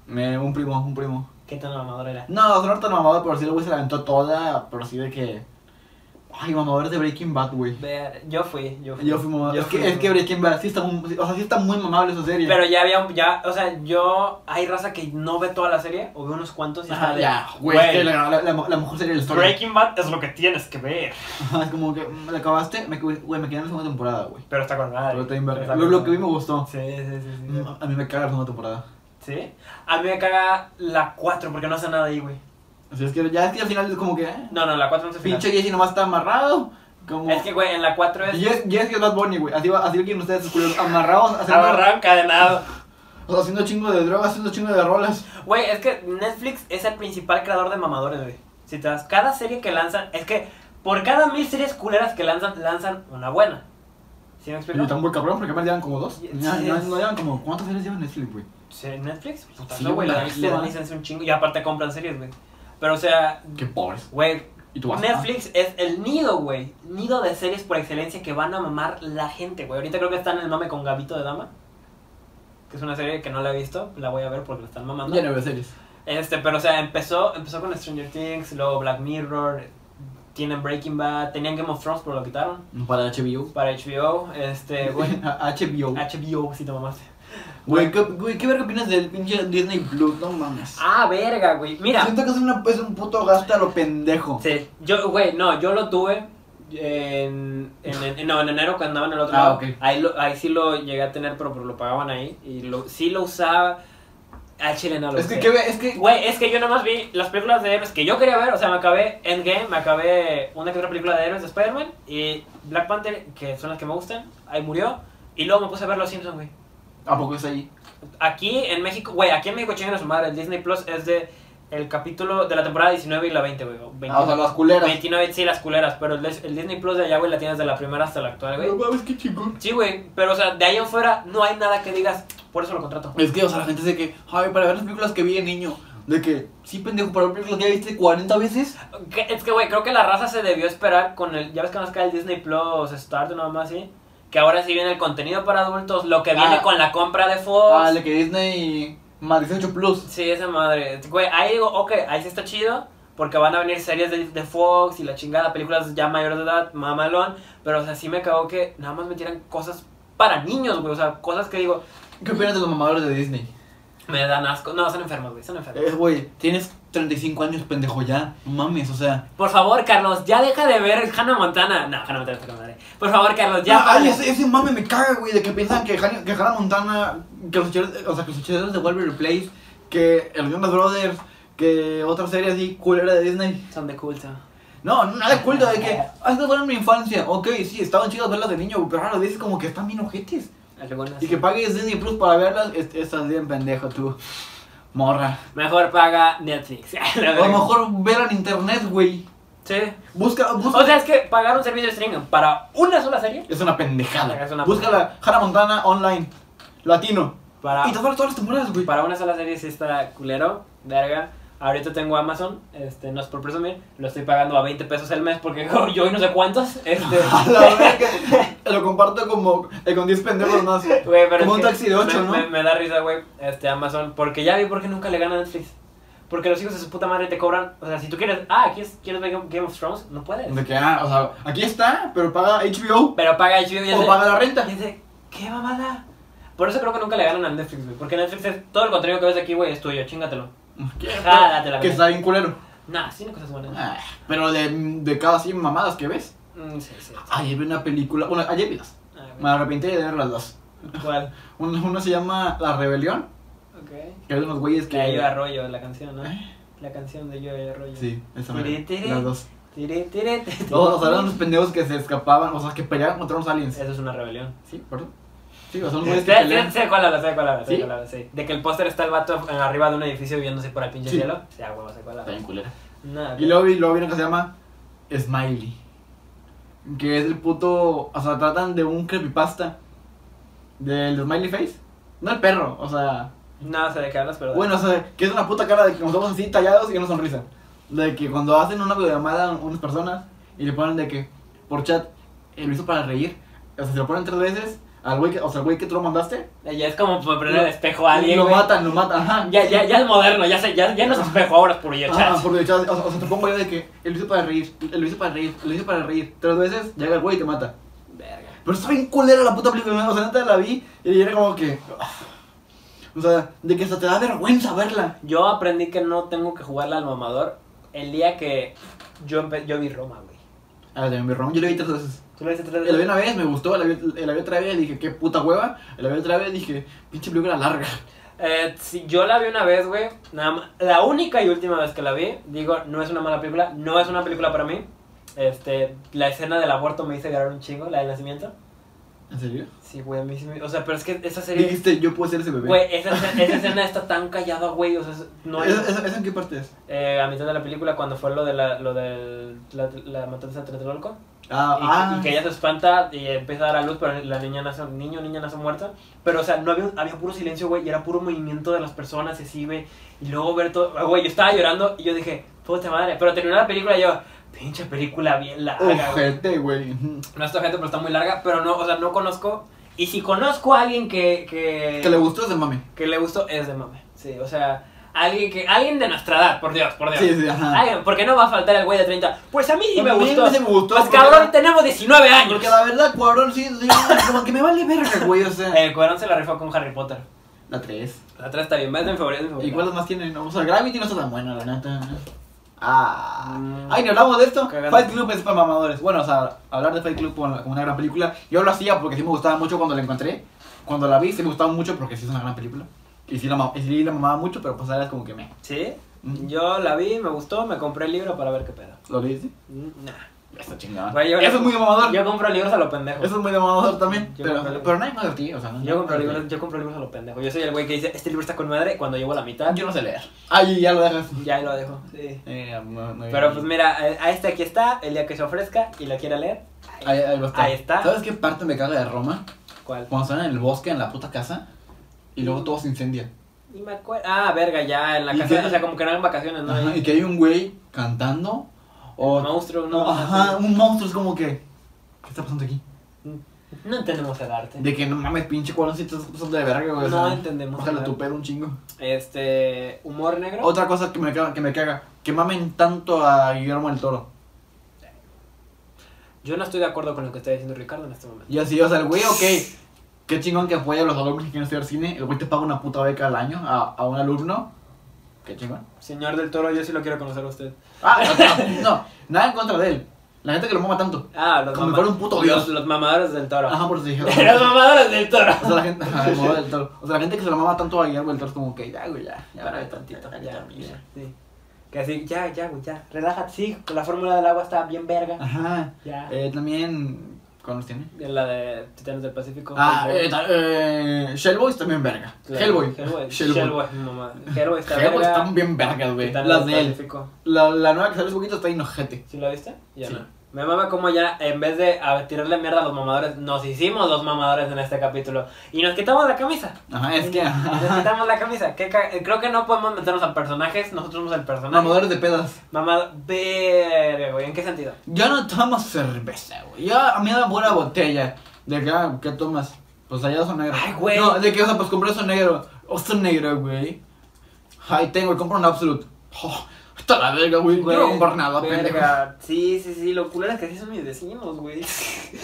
Speaker 2: Me, un primo, un primo.
Speaker 1: ¿Qué tan mamador era?
Speaker 2: No, no tan mamador, pero sí el güey se la aventó toda, pero sí de que. Ay, mamadores de Breaking Bad, güey.
Speaker 1: Vea, Yo fui, yo fui.
Speaker 2: Yo fui mamador.
Speaker 1: Yo
Speaker 2: Es que,
Speaker 1: fui
Speaker 2: es que Breaking Bad sí está, muy, o sea, sí está muy mamable esa serie.
Speaker 1: Pero ya había, un- ya, o sea, yo, hay raza que no ve toda la serie, o ve unos cuantos y está
Speaker 2: Ajá,
Speaker 1: de,
Speaker 2: ya, güey, es que la, la, la, la mejor serie de la historia.
Speaker 1: Breaking Bad es lo que tienes que ver.
Speaker 2: Ajá, es como que mm, la acabaste, me, quedé- güey, me quedé en la segunda temporada, güey.
Speaker 1: Pero está con madre.
Speaker 2: Pero está bien verga.
Speaker 1: Está
Speaker 2: Lo,
Speaker 1: con
Speaker 2: lo que vi
Speaker 1: madre.
Speaker 2: me gustó.
Speaker 1: Sí, sí, sí, sí.
Speaker 2: Mm, A a mí me caga la segunda temporada.
Speaker 1: ¿Sí? A mí me caga la 4 porque no hace nada ahí, güey.
Speaker 2: Así es que ya es que al final es como que, eh,
Speaker 1: No, no, la 4 no se final.
Speaker 2: pinche Jesse nomás está amarrado. Como...
Speaker 1: Es que, güey, en la 4 es
Speaker 2: Yes, yes, es Bad Bunny, güey. Así, va- así quieren ustedes sus culeros amarrados, haciendo,
Speaker 1: agarrado, encadenado.
Speaker 2: o sea, haciendo chingo de drogas, haciendo chingo de rolas.
Speaker 1: Güey, es que Netflix es el principal creador de mamadores, güey. Si te das, cada serie que lanzan, es que por cada mil series culeras que lanzan, lanzan una buena. ¿Sí me
Speaker 2: Y
Speaker 1: explico?
Speaker 2: tan muy cabrón, porque me llevan como dos.
Speaker 1: Sí,
Speaker 2: Ya,
Speaker 1: sí,
Speaker 2: ya-
Speaker 1: es-
Speaker 2: no llevan como. ¿Cuántas series llevan Netflix, güey?
Speaker 1: Sí, Netflix, pues, putazo,
Speaker 2: Sí,
Speaker 1: güey, le dan-
Speaker 2: Netflix,
Speaker 1: le dan
Speaker 2: ¿no?
Speaker 1: licencia un chingo. Y aparte compran series, güey. Pero, o sea,
Speaker 2: Qué pobres.
Speaker 1: güey,
Speaker 2: Y tú vas.
Speaker 1: Netflix es el nido, güey. Nido de series por excelencia que van a mamar la gente, güey. Ahorita creo que están en el mame con Gabito de Dama. Que es una serie que no la he visto. La voy a ver porque la están
Speaker 2: Ah,
Speaker 1: mamando.
Speaker 2: Ya no veo series.
Speaker 1: Este, pero o sea, empezó, empezó con Stranger Things, luego Black Mirror, tienen Breaking Bad, tenían Game of Thrones, pero lo quitaron.
Speaker 2: Para HBO.
Speaker 1: Para HBO, este, güey.
Speaker 2: (laughs)
Speaker 1: Ah,
Speaker 2: A- HBO.
Speaker 1: HBO, si te mamaste.
Speaker 2: Güey, ¿qué, güey, ¿qué verga opinas del pinche Disney Plus? No mames.
Speaker 1: Ah, verga, güey. Mira.
Speaker 2: Siento que es, una, es un puto gasto a lo pendejo.
Speaker 1: Sí, yo, güey, no, yo lo tuve en, en, en- no, en enero cuando andaba en el otro
Speaker 2: Ah,
Speaker 1: lado.
Speaker 2: ok.
Speaker 1: Ahí, lo- ahí sí lo llegué a tener, pero, pero lo pagaban ahí. Y lo, sí lo usaba. Al chile no lo
Speaker 2: es que,
Speaker 1: usé.
Speaker 2: ¿qué ve- es que.
Speaker 1: Güey, es que yo nomás vi las películas de héroes que yo quería ver. O sea, me acabé Endgame, me acabé una que otra película de héroes de Spider-Man y Black Panther, que son las que me gustan. Ahí murió. Y luego me puse a ver Los Simpsons, güey.
Speaker 2: ¿A poco es ahí?
Speaker 1: Aquí en México, güey, aquí en México chingan a su madre. El Disney Plus es de el capítulo de la temporada 19 y la 20, güey. o 20.
Speaker 2: Ah, o sea, las culeras.
Speaker 1: 29, sí, las culeras, pero el, Dis- el Disney Plus de allá, güey, la tienes de la primera hasta la actual, güey.
Speaker 2: No mames, qué chingón.
Speaker 1: Sí, güey, pero o sea, de ahí en fuera no hay nada que digas, por eso lo contrato.
Speaker 2: Es que, o sea, la gente dice que, ay, para ver las películas que vi de niño. De que, sí, pendejo, para ver películas que ya viste 40 veces.
Speaker 1: Que- Es que, güey, creo que la raza se debió esperar con el. Ya ves que nos cae el Disney Plus, Star, nada más así. Que ahora sí viene el contenido para adultos, lo que viene
Speaker 2: Ah.
Speaker 1: con la compra de Fox.
Speaker 2: Ah, de que Disney más 18 Plus.
Speaker 1: Sí, esa madre. Güey, ahí digo, ok, ahí sí está chido. Porque van a venir series de, de Fox y la chingada, películas ya mayores de edad, mamalón. Pero, o sea, sí me cagó que nada más metieran cosas para niños, güey. O sea, cosas que digo,
Speaker 2: ¿Qué opinas de los mamadores de Disney?
Speaker 1: me dan asco. No, son enfermos, güey, son enfermos.
Speaker 2: Eh, güey, tienes 35 años, pendejo, ya. No mames, o sea.
Speaker 1: Por favor, Carlos, ya deja de ver Hannah Montana. No, Hannah Montana está con madre. Por favor, Carlos, ya.
Speaker 2: No, Ah, ay,
Speaker 1: para.
Speaker 2: ese, ese mame me caga, güey, de que piensan que, Hannah- que Hannah Montana, que los hechiceros, o sea, que los hechiceros de Wolverine Place, que el Jonas Brothers, que otra serie así culera de Disney.
Speaker 1: Son de culto.
Speaker 2: No, nada de culto, de que, ah, estas fueron mi infancia. Ok, sí, estaban chidas verlas de niño, pero ahora lo dices como que están bien ojetes.
Speaker 1: Algunas.
Speaker 2: Y que pagues Disney Plus para verlas, es- estás bien pendejo tú, morra.
Speaker 1: Mejor paga Netflix. (laughs)
Speaker 2: O a lo mejor ver en internet, güey.
Speaker 1: Sí.
Speaker 2: Busca, busca.
Speaker 1: O sea, es que pagar un servicio de streaming para una sola serie.
Speaker 2: es una pendejada.
Speaker 1: Es una
Speaker 2: Búscala, Hannah Montana online, latino.
Speaker 1: Para
Speaker 2: Y te van todas las temporadas, güey. (laughs)
Speaker 1: Para una sola serie sí está culero, verga. Ahorita tengo Amazon, este, no es por presumir, lo estoy pagando a 20 pesos el mes porque (laughs) yo hoy no sé cuántos, este...
Speaker 2: (laughs) A la verga. Lo comparto como eh, con 10 pendejos más.
Speaker 1: (laughs) Güey, pero
Speaker 2: Como
Speaker 1: es
Speaker 2: un
Speaker 1: que
Speaker 2: taxi de ocho,
Speaker 1: me,
Speaker 2: ¿no?
Speaker 1: Me, me da risa, güey, este, Amazon, porque ya vi por qué nunca le gana Netflix. Porque los hijos de su puta madre te cobran, o sea, si tú quieres, ah, ¿quieres, quieres ver Game of Thrones? No puedes.
Speaker 2: De que, ah, o sea, aquí está, pero paga HBO
Speaker 1: Pero paga HBO y es
Speaker 2: o
Speaker 1: de-
Speaker 2: paga la renta.
Speaker 1: y es de, ¿qué mamada? Por eso creo que nunca le ganan a Netflix, güey, porque Netflix es, todo el contenido que ves aquí, güey, es tuyo, chingatelo. Jádatela,
Speaker 2: Que
Speaker 1: güey.
Speaker 2: está bien culero.
Speaker 1: Nah, sí, no cosas buenas.
Speaker 2: Ah, Pero de, de cada 100 mamadas que ves.
Speaker 1: Mm, sí, sí.
Speaker 2: Ayer vi una película, bueno, ayer vi dos.
Speaker 1: A ver,
Speaker 2: Me arrepentí de ver las dos.
Speaker 1: ¿Cuál?
Speaker 2: Una, una se llama La Rebelión,
Speaker 1: Ok.
Speaker 2: que es de unos güeyes
Speaker 1: Que yo
Speaker 2: que...
Speaker 1: arroyo la canción, ¿no?
Speaker 2: ¿Eh?
Speaker 1: La canción de yo arroyo.
Speaker 2: Sí, esa
Speaker 1: Tiri,
Speaker 2: manera.
Speaker 1: tiri.
Speaker 2: Las dos.
Speaker 1: Tire, tire, tire.
Speaker 2: O, o sea, eran unos pendejos que se escapaban, o sea, que peleaban contra unos aliens.
Speaker 1: Eso es una rebelión.
Speaker 2: Sí, perdón. Sí, o sea,
Speaker 1: Sé,
Speaker 2: unos güeyes que
Speaker 1: sé,
Speaker 2: pelean.
Speaker 1: sé cuál habla, sé cuál habla, sé
Speaker 2: ¿Sí?
Speaker 1: cuál habla, sí. De que el póster está el vato en- arriba de un edificio viéndose por el pinche
Speaker 2: Sí.
Speaker 1: cielo. Sí, a huevo, sé cuál
Speaker 2: Está
Speaker 1: habla.
Speaker 2: bien culera.
Speaker 1: Nada.
Speaker 2: Y luego vi, luego vi una que se llama Smiley. Que es el puto. O sea, tratan de un creepypasta. Del Smiley Face. No el perro, o sea.
Speaker 1: No sé de qué hablas, pero...
Speaker 2: Bueno, o sea, que es una puta cara de que nos somos así tallados y una sonrisa. De que cuando hacen una videollamada a unas personas y le ponen de que por chat eh, lo hizo para reír. O sea, se lo ponen tres veces al güey que, o sea, al güey que tú lo mandaste.
Speaker 1: Ya es como por poner
Speaker 2: Lo-
Speaker 1: el espejo a alguien,
Speaker 2: lo
Speaker 1: güey.
Speaker 2: matan, lo matan. Ajá.
Speaker 1: Ya, ya, ya es moderno, ya, se, ya, ya no es espejo ahora, es por yo,
Speaker 2: Ah, porque ya, o, sea, o sea, te pongo yo de que él lo hizo para reír, él lo hizo para reír, él lo hizo para reír. Tres veces llega el güey y te mata.
Speaker 1: Verga.
Speaker 2: Pero está bien culera la puta película. O sea, neta la vi y era como que. ah. O sea, de que hasta te da vergüenza verla.
Speaker 1: Yo aprendí que no tengo que jugarla al mamador el día que yo, empe- yo vi Roma, güey.
Speaker 2: A ver, Ah, mi Ron, yo la vi tres veces.
Speaker 1: ¿Tú lo dices
Speaker 2: La vi una vez, me gustó, la vi, la vi otra vez, dije, qué puta hueva. La vi otra vez, dije, pinche película larga.
Speaker 1: Eh, si yo la vi una vez, güey. Nada ma- la única y última vez que la vi, digo, no es una mala película, no es una película para mí. Este, la escena del aborto me hizo llorar un chingo, la del nacimiento.
Speaker 2: ¿En serio?
Speaker 1: Sí, güey, a mí sí me... O sea, pero es que esa serie...
Speaker 2: Dijiste, yo puedo ser ese bebé.
Speaker 1: Güey, esa, escena- esa escena está tan callada, güey. O sea, es- no hay...
Speaker 2: ¿Esa, esa- esa en qué parte es?
Speaker 1: Eh, a mitad de la película, cuando fue lo de la, lo del, la, la matanza de Tlatelolco.
Speaker 2: Ah,
Speaker 1: y,
Speaker 2: ah.
Speaker 1: y que ella se espanta y empieza a dar a luz, pero la niña nace, niño niña nace muerta. Pero, o sea, no había, había puro silencio, güey, y era puro movimiento de las personas, y así, güey. Y luego ver todo, ah, güey, yo estaba llorando y yo dije, puta madre. Pero terminó la película y yo, pinche película bien larga, güey.
Speaker 2: Ojete, güey. Ujú.
Speaker 1: No está gente, pero está muy larga, pero no, o sea, no conozco. Y si conozco a alguien que. Que,
Speaker 2: Que le gustó ese mami.
Speaker 1: que le gustó, es de mame. Sí, o sea, alguien que alguien de nuestra edad, por Dios, por Dios.
Speaker 2: Sí, sí, ajá.
Speaker 1: Alguien, porque no va a faltar el güey de 30. Pues a mí sí me
Speaker 2: A mí
Speaker 1: gustó.
Speaker 2: sí Ah. me gustó,
Speaker 1: Pues
Speaker 2: porque-
Speaker 1: cabrón, tenemos 19 años.
Speaker 2: Porque la verdad, Cuarón sí, sí, como que me vale verga, güey, o sea.
Speaker 1: El cuadrón Eh, se la rifó con Harry Potter.
Speaker 2: La 3.
Speaker 1: La otra está bien, va, es de mi favorito. es de mi
Speaker 2: ¿Y
Speaker 1: favorito.
Speaker 2: cuáles más tienen? O sea, Gravity no está tan buena, la neta. Ah.
Speaker 1: Mm.
Speaker 2: Ay, ni hablamos de esto.
Speaker 1: Cagando.
Speaker 2: Fight Club es para mamadores. Bueno, o sea, hablar de Fight Club como, como una gran película. Yo lo hacía porque sí me gustaba mucho cuando la encontré. Cuando la vi, sí me gustaba mucho porque sí es una gran película. Y sí la, ma- y sí la mamaba mucho, pero pues ahora es como que me.
Speaker 1: Sí,
Speaker 2: Ujú.
Speaker 1: yo la vi, me gustó, me compré el libro para ver qué pedo.
Speaker 2: ¿Lo leíste?
Speaker 1: Mm, Nah.
Speaker 2: Ya está chingada.
Speaker 1: Güey, yo-
Speaker 2: Ah, Eso es muy de mamador.
Speaker 1: Yo compro libros a lo pendejo.
Speaker 2: Eso es muy de mamador también.
Speaker 1: Yo
Speaker 2: pero,
Speaker 1: compré libros.
Speaker 2: pero nadie más de ti, o sea. no-
Speaker 1: Yo compro, libros, yo compro libros a lo pendejo. Yo soy el güey que dice, este libro está con madre, cuando llevo a la mitad,
Speaker 2: Yo no sé leer. Ay, ya lo dejas.
Speaker 1: ya ahí lo dejo. Sí.
Speaker 2: Eh, no- no-
Speaker 1: Pero pues mira, a a este aquí está, el día que se ofrezca y la quiera leer.
Speaker 2: Ahí, ahí va a estar.
Speaker 1: Ahí está.
Speaker 2: ¿Sabes qué parte me caga de Roma?
Speaker 1: ¿Cuál?
Speaker 2: Cuando están en el bosque, en la puta casa, y luego todo se incendia.
Speaker 1: Y me acuerdo. Ah, verga, ya, en la
Speaker 2: ¿Y
Speaker 1: casa.
Speaker 2: qué?
Speaker 1: O sea, como que no eran vacaciones, ¿no?
Speaker 2: Ajá,
Speaker 1: Ahí.
Speaker 2: y que hay un güey cantando, o...
Speaker 1: Un monstruo, ¿no?
Speaker 2: Ajá, un monstruo es como que... ¿Qué está pasando aquí?
Speaker 1: No entendemos el arte.
Speaker 2: De que no mames, pinche cuadrón, si estás pasando de verga, güey. o
Speaker 1: No
Speaker 2: sea,
Speaker 1: entendemos
Speaker 2: Ojalá
Speaker 1: nada.
Speaker 2: tu pelo un chingo.
Speaker 1: Este. Humor negro.
Speaker 2: Otra cosa que me caga, que me caga, que mamen tanto a Guillermo del Toro.
Speaker 1: Yo no estoy de acuerdo con lo que está diciendo Ricardo en este momento.
Speaker 2: Y así, o sea, el güey, ok, qué chingón que apoya a los alumnos que quieren estudiar cine. El güey te paga una puta beca al año a, a un alumno. Qué chingón.
Speaker 1: Señor del Toro, yo sí lo quiero conocer a usted.
Speaker 2: Ah, (laughs) no, no, nada en contra de él. La gente que lo mama tanto.
Speaker 1: Ah, los
Speaker 2: Como
Speaker 1: mama-
Speaker 2: si fuera un puto
Speaker 1: los,
Speaker 2: dios.
Speaker 1: los mamadores del toro.
Speaker 2: Ajá, por eso dije.
Speaker 1: (laughs) los mamadores del toro.
Speaker 2: O sea, la gente, ajá, el modo del toro. O sea, la gente que se lo mama tanto a Guillermo del Toro es como que ya, güey, ya, ya,
Speaker 1: Párale
Speaker 2: para
Speaker 1: tantito. Ya,
Speaker 2: ya,
Speaker 1: ya, sí. Que así, ya, ya, güey, ya. Relájate, sí. La fórmula del agua está bien verga.
Speaker 2: Ajá.
Speaker 1: Ya.
Speaker 2: Eh, también, ¿cuál nos tiene?
Speaker 1: En la de Titanes del Pacífico.
Speaker 2: Ah,
Speaker 1: Hellboy.
Speaker 2: eh, ta- eh, Shellboy está bien verga.
Speaker 1: Claro,
Speaker 2: Hellboy.
Speaker 1: Hellboy.
Speaker 2: Shellboy.
Speaker 1: Hellboy, mamá. Hellboy está
Speaker 2: Hellboy
Speaker 1: verga.
Speaker 2: están bien vergas, güey.
Speaker 1: Titanes
Speaker 2: Las
Speaker 1: del
Speaker 2: de él.
Speaker 1: Pacífico.
Speaker 2: La, la nueva que sale hace poquito está inojete.
Speaker 1: ¿Sí lo viste? Yo
Speaker 2: Sí.
Speaker 1: no. Me mama como ya, en vez de a, tirarle mierda a los mamadores, nos hicimos los mamadores en este capítulo. Y nos quitamos la camisa.
Speaker 2: Ajá, es
Speaker 1: (laughs)
Speaker 2: que.
Speaker 1: Nos quitamos la camisa. Qué ca- eh, Creo que no podemos meternos a personajes, nosotros somos el personaje.
Speaker 2: Mamadores de pedas.
Speaker 1: Mamado. Verga, güey. ¿En qué sentido?
Speaker 2: Yo no tomo cerveza, güey. Yo a mí me da buena botella. De que, ah, ¿qué tomas? Pues allá son negro.
Speaker 1: Ay, güey.
Speaker 2: No, de que, o sea, pues compré son negro. Oso negro, güey. Ay, tengo, compro un Absolute. Oh, está la verga, güey. Yo no voy a comprar nada, pendejo.
Speaker 1: Verga. Sí, sí, sí. Lo culero es que sí son mis vecinos, güey. (laughs)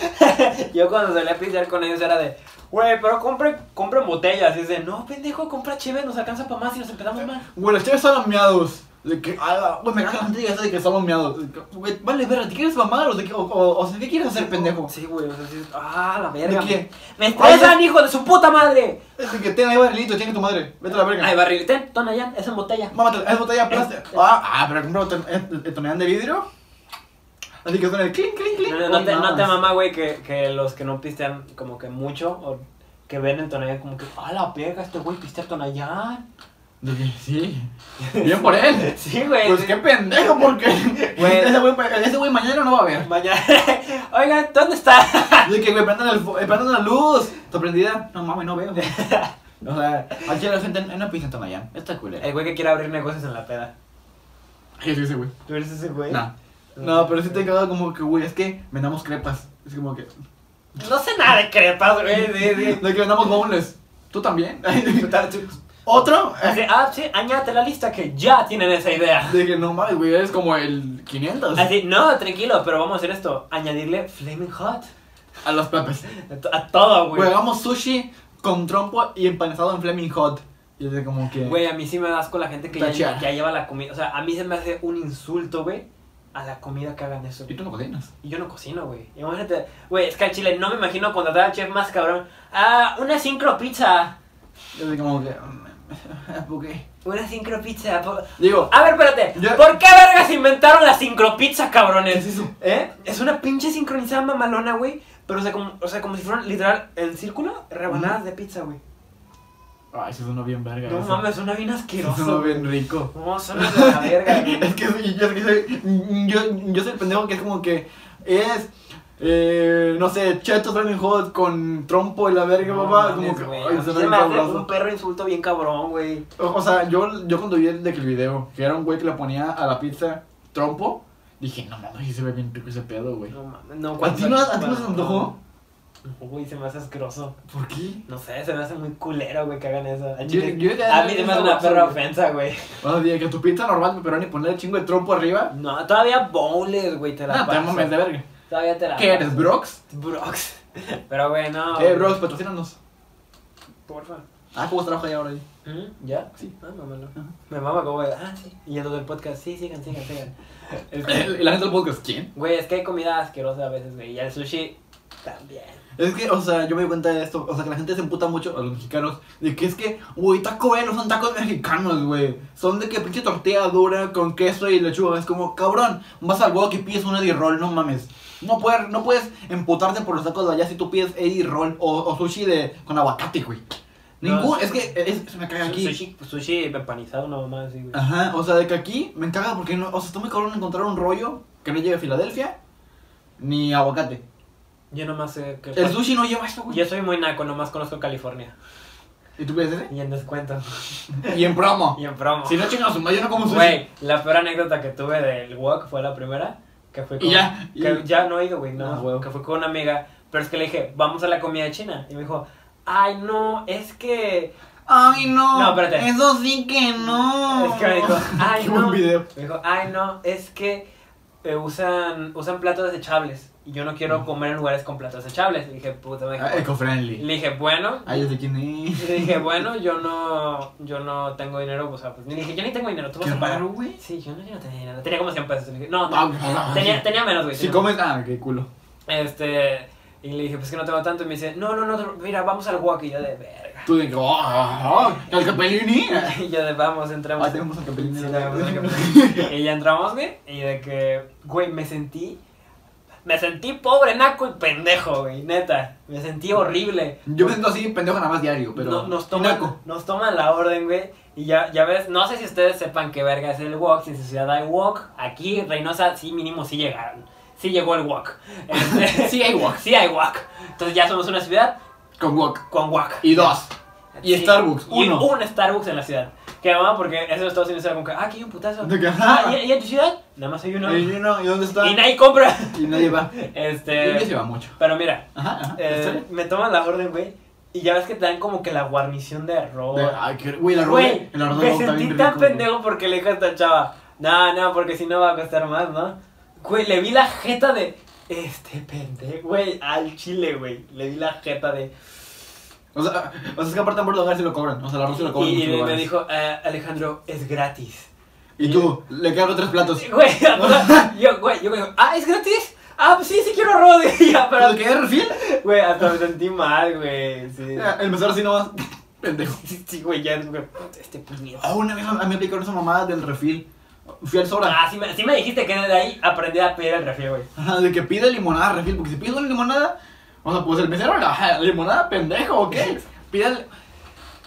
Speaker 1: Yo cuando salía a pistear con ellos era de. Güey, pero compre, compren botellas. Y es de, no, pendejo, compra chévere, nos alcanza para más y nos empezamos más.
Speaker 2: Güey, los chaves están miados. De que, ah, güey, me caga la gente que dice de que están miados. De que, Güey, vale, verga, ¿te quieres mamar o, de que- o, o, o sea, qué quieres hacer, pendejo?
Speaker 1: Sí, güey, o sea, sí. Ah, la verga.
Speaker 2: ¿De qué?
Speaker 1: ¡Me estresan, hijo de su puta madre!
Speaker 2: Es de que ten ahí barrilito, tiene tu madre. Vete a la verga.
Speaker 1: Ay, barril, ten, tona ya, es en botella.
Speaker 2: Mámate, es botella plástica.
Speaker 1: Eh, eh.
Speaker 2: Ah, ah, pero compra botel- eh, eh, tonelada de vidrio. Así que suena el clink, clink, clink.
Speaker 1: No, no, no te, no te
Speaker 2: mames.
Speaker 1: mamá, güey, que, que los que no pistean como que mucho o que ven en Tonayán como que, ah, la verga, este güey pistea Tonayán.
Speaker 2: De que Sí. Bien por él.
Speaker 1: (laughs) Sí, güey.
Speaker 2: Pues qué pendejo, porque
Speaker 1: Güey.
Speaker 2: (laughs) ese güey ese güey mañana no va a
Speaker 1: (laughs)
Speaker 2: ver.
Speaker 1: Mañana. Oigan, ¿dónde está?
Speaker 2: De que, güey, prendan, el fo- eh, prendan la luz. ¿Está prendida? No mames,
Speaker 1: (laughs)
Speaker 2: no veo. O sea, aquí la gente no piensa en Tonayán. Está eh. culera.
Speaker 1: El güey que quiere abrir negocios en la peda.
Speaker 2: ¿Qué dice, güey?
Speaker 1: ¿Tú eres Eh, ese güey?
Speaker 2: No. No, pero sí te he quedado como que, güey, es que vendamos crepas. Es como que.
Speaker 1: No sé nada de crepas, güey. Sí, sí.
Speaker 2: (laughs) De que vendamos bowls. ¿Tú también? (laughs)
Speaker 1: Así,
Speaker 2: ¿Otro?
Speaker 1: ah, sí, añádate a la lista que ya tienen esa idea.
Speaker 2: De que no mames, güey, eres como el 500.
Speaker 1: Así, no, tranquilo, pero vamos a hacer esto. Añadirle Flaming Hot.
Speaker 2: A los papas.
Speaker 1: A to- A todo,
Speaker 2: Güey,
Speaker 1: güey.
Speaker 2: hagamos sushi con trompo y empanizado en Fleming Hot. Y es de como que.
Speaker 1: Güey, a mí sí me da asco la gente que ya,
Speaker 2: Tachar.
Speaker 1: que ya lleva la comida. O sea, a mí se me hace un insulto, güey, a la comida que hagan eso.
Speaker 2: ¿Y tú no cocinas? (laughs)
Speaker 1: Y yo no cocino, güey. Imagínate, güey, es que al chile no me imagino contratar al chef más cabrón. Ah, una sincro pizza.
Speaker 2: Y es de como que. (laughs) ¿Por qué?
Speaker 1: Una sincro pizza. por-
Speaker 2: Digo,
Speaker 1: A ver, espérate.
Speaker 2: Ya-
Speaker 1: ¿Por qué vergas inventaron la sincro pizza, cabrones?
Speaker 2: eso?
Speaker 1: ¿Eh? Es una pinche sincronizada mamalona, güey. Pero, o sea, como, o sea, como si fueran literal en círculo rebanadas de pizza, güey.
Speaker 2: Ay, se suena bien verga.
Speaker 1: No
Speaker 2: eso.
Speaker 1: mames, suena bien
Speaker 2: Se
Speaker 1: asqueroso.
Speaker 2: suena bien rico.
Speaker 1: No, suena de la verga, güey.
Speaker 2: (laughs) es que soy- yo, es que soy, yo, yo soy el pendejo que es como que es. Eh, no sé, chetos Flaming Hot con trompo y la verga,
Speaker 1: No
Speaker 2: papá.
Speaker 1: mames,
Speaker 2: como que.
Speaker 1: güey.
Speaker 2: ay,
Speaker 1: A mí
Speaker 2: suena
Speaker 1: se
Speaker 2: bien
Speaker 1: me hace
Speaker 2: sabroso.
Speaker 1: un perro insulto bien cabrón, güey.
Speaker 2: O, o sea, yo, yo cuando vi el, de que el video, que era un güey que le ponía a la pizza trompo, dije, no mames, sí se ve bien rico ese pedo, güey.
Speaker 1: No mames, no.
Speaker 2: ¿A ti no, a ti no se
Speaker 1: cuando-
Speaker 2: antojó?
Speaker 1: No, güey, se me hace asqueroso.
Speaker 2: ¿Por qué?
Speaker 1: No sé, se me hace muy culero, güey, que hagan eso. Al
Speaker 2: Yo-
Speaker 1: chile-
Speaker 2: yo ya-
Speaker 1: a mí se me hace una perra ofensa, güey.
Speaker 2: Bueno, dije que tu pizza normal, pero ni ponerle chingo de trompo arriba.
Speaker 1: No, todavía bowlers, güey, te la
Speaker 2: Ah, te
Speaker 1: paso.
Speaker 2: mames de verga.
Speaker 1: Todavía te la
Speaker 2: ¿Qué eres,
Speaker 1: bro?
Speaker 2: Brox?
Speaker 1: Brox. (laughs) Pero, güey, no.
Speaker 2: Eh, Brox, patrocínanos.
Speaker 1: Porfa.
Speaker 2: Ah, ¿cómo trabaja ya ahora ahí?
Speaker 1: ¿Mm? ¿Ya?
Speaker 2: Sí.
Speaker 1: Ah, mamá,
Speaker 2: Ajá.
Speaker 1: Me mama como de, ah, sí. Y ya todo el podcast, sí, sigan, sigan, sigan. Es que-
Speaker 2: Y (laughs) la gente del podcast, ¿quién?
Speaker 1: Güey, es que hay comida asquerosa a veces, güey. Y el sushi también.
Speaker 2: Es que, o sea, yo me di cuenta de esto. O sea, que la gente se emputa mucho a los mexicanos. De que es que, güey, Taco Bell no son tacos mexicanos, güey. Son de que pinche tortilla dura con queso y lechuga. Es como, cabrón, vas al huevo que pides un Eddie Roll, no mames. No puedes, no puedes emputarte por los tacos de allá si tú pides Eddie Roll o, o sushi de, con aguacate, güey.
Speaker 1: No,
Speaker 2: Ningún,
Speaker 1: sí.
Speaker 2: es que, es- se me caga aquí.
Speaker 1: Sushi, sushi empanizado, una mamá así, güey.
Speaker 2: Ajá, o sea, de que aquí me encarga porque no, o sea, está muy cabrón encontrar un rollo que no lleve Filadelfia ni aguacate.
Speaker 1: Yo nomás sé que. pues,
Speaker 2: El sushi no lleva eso, güey.
Speaker 1: Yo soy muy naco, nomás conozco California.
Speaker 2: ¿Y tú pides ese?
Speaker 1: Y en descuento.
Speaker 2: Y en promo.
Speaker 1: Y en promo.
Speaker 2: Si no chingas, yo no como sushi.
Speaker 1: Güey, la peor anécdota que tuve del walk fue la primera. Que fue
Speaker 2: Y
Speaker 1: con.
Speaker 2: ya, y-
Speaker 1: que ya no he ido, güey, no.
Speaker 2: Ah, huevo.
Speaker 1: que fue con una amiga. Pero es que le dije, vamos a la comida china. Y me dijo, ay, no, es que.
Speaker 2: Ay, no.
Speaker 1: No, espérate.
Speaker 2: Eso sí que no.
Speaker 1: Es que me dijo, ay,
Speaker 2: Qué
Speaker 1: no.
Speaker 2: buen video.
Speaker 1: Me dijo, ay, no, es que eh, usan, usan platos desechables. Y yo no quiero comer en lugares con platos desechables. Y dije, puta, me dijo.
Speaker 2: Mm. Ah, Eco-friendly.
Speaker 1: Le dije, bueno.
Speaker 2: Ay, yo sé quién
Speaker 1: Y
Speaker 2: es.
Speaker 1: le dije, bueno, yo no, yo no tengo dinero, o sea, pues, le dije, yo ni tengo dinero, tú vas
Speaker 2: Qué
Speaker 1: a pagar.
Speaker 2: raro, güey.
Speaker 1: Sí, yo no, yo no tenía dinero, tenía como 100 pesos, le dije, no,
Speaker 2: Ah, ah,
Speaker 1: tenía,
Speaker 2: sí.
Speaker 1: tenía menos, güey.
Speaker 2: Si
Speaker 1: tenía-
Speaker 2: comes, ah, qué culo.
Speaker 1: Este, y le dije, pues que no tengo tanto, y me dice, no, no, no, mira, vamos al walk, y yo de, verga. (laughs)
Speaker 2: Tú de que, oh, oh, oh, el capellini.
Speaker 1: Y yo de, vamos, entramos.
Speaker 2: Ah, tenemos al capellini.
Speaker 1: Sí, tenemos al capellini. y ya entramos, güey, y de que, güey, me sentí, me sentí pobre, naco y pendejo, güey, neta, me sentí horrible.
Speaker 2: Yo me siento así, pendejo nada más diario, pero.
Speaker 1: No- nos, toman,
Speaker 2: Naco.
Speaker 1: nos toman la orden, güey. Y ya, ya ves, no sé si ustedes sepan qué verga es el walk, si en su ciudad hay walk. Aquí, en Reynosa, sí mínimo sí llegaron. Sí llegó el
Speaker 2: (laughs)
Speaker 1: walk. Este,
Speaker 2: Sí hay walk.
Speaker 1: Sí hay walk. Entonces ya somos una ciudad
Speaker 2: Con wok.
Speaker 1: con walk.
Speaker 2: Y dos. y Starbucks,
Speaker 1: Y
Speaker 2: uno.
Speaker 1: un Starbucks en la ciudad. Que mamá, porque eso en Estados Unidos era como que, ah, aquí hay un putazo.
Speaker 2: De que,
Speaker 1: Ah, ¿y, y en tu ciudad? Nada más hay uno.
Speaker 2: Y,
Speaker 1: Y
Speaker 2: yo no, ¿y dónde está?
Speaker 1: nadie compra. (laughs)
Speaker 2: Y nadie va. Y que se
Speaker 1: Este.
Speaker 2: va mucho.
Speaker 1: Pero mira,
Speaker 2: Ajá, ajá.
Speaker 1: eh,
Speaker 2: ¿está bien?
Speaker 1: me toman la orden, güey. Y ya ves que te dan como que la guarnición de arroz.
Speaker 2: De- ah, Ay, qué. Güey, la rola.
Speaker 1: Güey,
Speaker 2: La rola
Speaker 1: me
Speaker 2: está
Speaker 1: sentí
Speaker 2: bien
Speaker 1: tan
Speaker 2: rico, güey.
Speaker 1: pendejo porque le dije a esta chava, no, no, porque si no va a costar más, ¿no? Güey, le vi la jeta de este pendejo, güey, al chile, güey. Le vi la jeta de...
Speaker 2: O sea, o sea, es que aparte en Puerto Lugar sí lo cobran. O sea, el arroz sí lo cobran.
Speaker 1: Y,
Speaker 2: en
Speaker 1: y
Speaker 2: muchos
Speaker 1: me
Speaker 2: lugares.
Speaker 1: dijo, "Ah, Alejandro, es gratis.
Speaker 2: Y tú, le cargo tres platos.
Speaker 1: Güey, (laughs) yo, güey, yo me dijo, ah, ¿es gratis? Ah, pues sí, sí quiero arroz. (laughs) Y ya, pero,
Speaker 2: ¿Pero qué de refil? Eh,
Speaker 1: güey, hasta me sentí mal, güey. Sí,
Speaker 2: El mesero así nomás. Ah, Pendejo.
Speaker 1: Sí, (laughs) sí, güey, ya, güey, este puñetazo.
Speaker 2: Ah, una vez a mí me aplicaron esa mamada del refil. Fui al Sora.
Speaker 1: Ah, sí me, sí me dijiste que desde ahí aprendí a pedir el refri, güey.
Speaker 2: Ajá, De que pide limonada refil. Porque si pides una limonada. O sea, pues el mesero la ajá, limonada, pendejo, ¿o qué? Pida, el-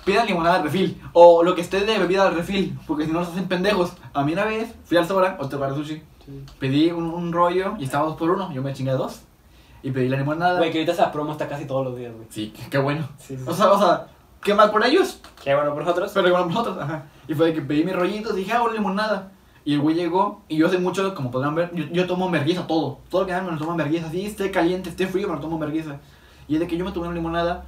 Speaker 2: pida limonada refil. O lo que esté de bebida al refil. Porque si no los hacen pendejos. A mí una vez fui al Sora, o te sushi. Pedí un, un rollo y estaba dos por uno. Yo me chingué dos. Y pedí la limonada.
Speaker 1: Güey, que ahorita esa promo está casi todos los días, güey.
Speaker 2: Sí, qué- qué bueno.
Speaker 1: Sí,
Speaker 2: O sea, o sea, qué mal por ellos,
Speaker 1: Qué bueno por nosotros.
Speaker 2: pero igual por nosotros, ajá. Y fue de que pedí mis rollitos, dije, ah, una limonada. Y el güey llegó, y yo hace mucho, como podrán ver, yo, yo tomo merguiza todo. Todo lo que hagan me lo tomo merguiza, así esté caliente, esté frío, me lo tomo merguiza. Y es de que yo me tomé una limonada,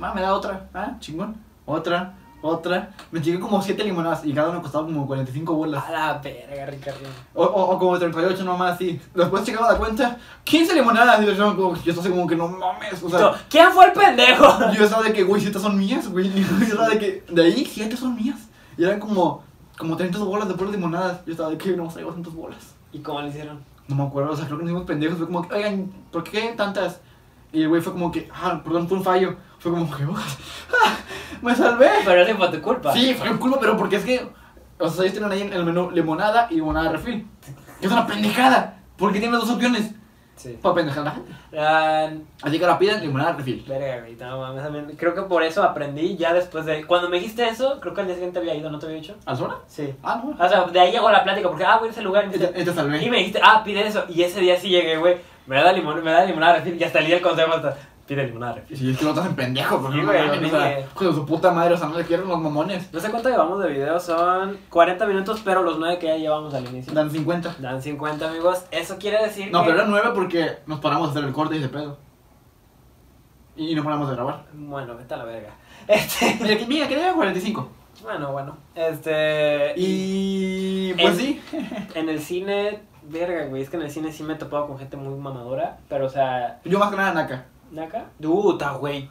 Speaker 2: ah, me da otra, ah, chingón, otra, otra. Me chingué como siete limonadas, y cada una costaba como 45 bolas.
Speaker 1: A la verga, Ricardo.
Speaker 2: O, o, o como 38 nomás, así. Después checaba la cuenta, 15 limonadas, y yo, estaba como- yo estaba así como que no mames, o sea...
Speaker 1: No, ¿Quién fue el pendejo?
Speaker 2: Yo estaba de que, güey, siete son mías, güey. (laughs) Yo estaba de que, de ahí, siete son mías. Y eran como, como 300 bolas de puras limonadas. Yo estaba de que, no, traigo 200 bolas.
Speaker 1: ¿Y cómo le hicieron?
Speaker 2: No me acuerdo, o sea, creo que nos hicimos pendejos. Fue como, que, oigan, ¿por qué tantas? Y el güey fue como que, ah, perdón, fue un fallo. Fue como que, ah, (laughs) me salvé.
Speaker 1: Pero eso fue tu culpa.
Speaker 2: Sí, fue un culo, pero porque es que, o sea, ellos tienen ahí en el menú limonada y limonada de refil. Que es una pendejada. Porque tienen las dos opciones.
Speaker 1: Sí.
Speaker 2: Para pendejar a la gente.
Speaker 1: Ah,
Speaker 2: Así que ahora pidan limonada refil.
Speaker 1: verga, güey, no mames, también- Creo que por eso aprendí ya después de. Cuando me dijiste eso, creo que al día siguiente había ido, ¿no te había dicho?
Speaker 2: ¿Al zona?
Speaker 1: Sí.
Speaker 2: Ah, no. Este,
Speaker 1: O sea, de ahí llegó la plática, porque, ah, voy a ese lugar. Y me
Speaker 2: Y te,
Speaker 1: dijiste,
Speaker 2: y te salvé.
Speaker 1: y me dijiste, ah, pide eso. Y ese día sí llegué, güey. Me da limón, me da limonada refil. Y hasta el día del consejo hasta, pide limonada refil.
Speaker 2: Y si es que lo estás en pendejo, porque
Speaker 1: Sí,
Speaker 2: no,
Speaker 1: güey,
Speaker 2: o sea,
Speaker 1: sí.
Speaker 2: hijo de su puta madre, o sea, no le quieren los mamones.
Speaker 1: No sé cuánto llevamos de video, son 40 minutos, pero los 9 que ya llevamos al inicio.
Speaker 2: Dan 50.
Speaker 1: Dan 50, amigos. Eso quiere decir
Speaker 2: No,
Speaker 1: que...
Speaker 2: pero eran 9 porque nos paramos a hacer el corte y ese pedo. Y, y no paramos de grabar.
Speaker 1: Bueno, vete a la verga. (laughs) Este...
Speaker 2: Mira, que, mira, que era 45.
Speaker 1: Bueno, bueno. Este...
Speaker 2: Y pues
Speaker 1: En-
Speaker 2: sí.
Speaker 1: En el cine... Verga, güey. Es que en el cine sí me he topado con gente muy mamadora. Pero, o sea...
Speaker 2: Yo más que nada Naka.
Speaker 1: ¿Naka? Duta, güey.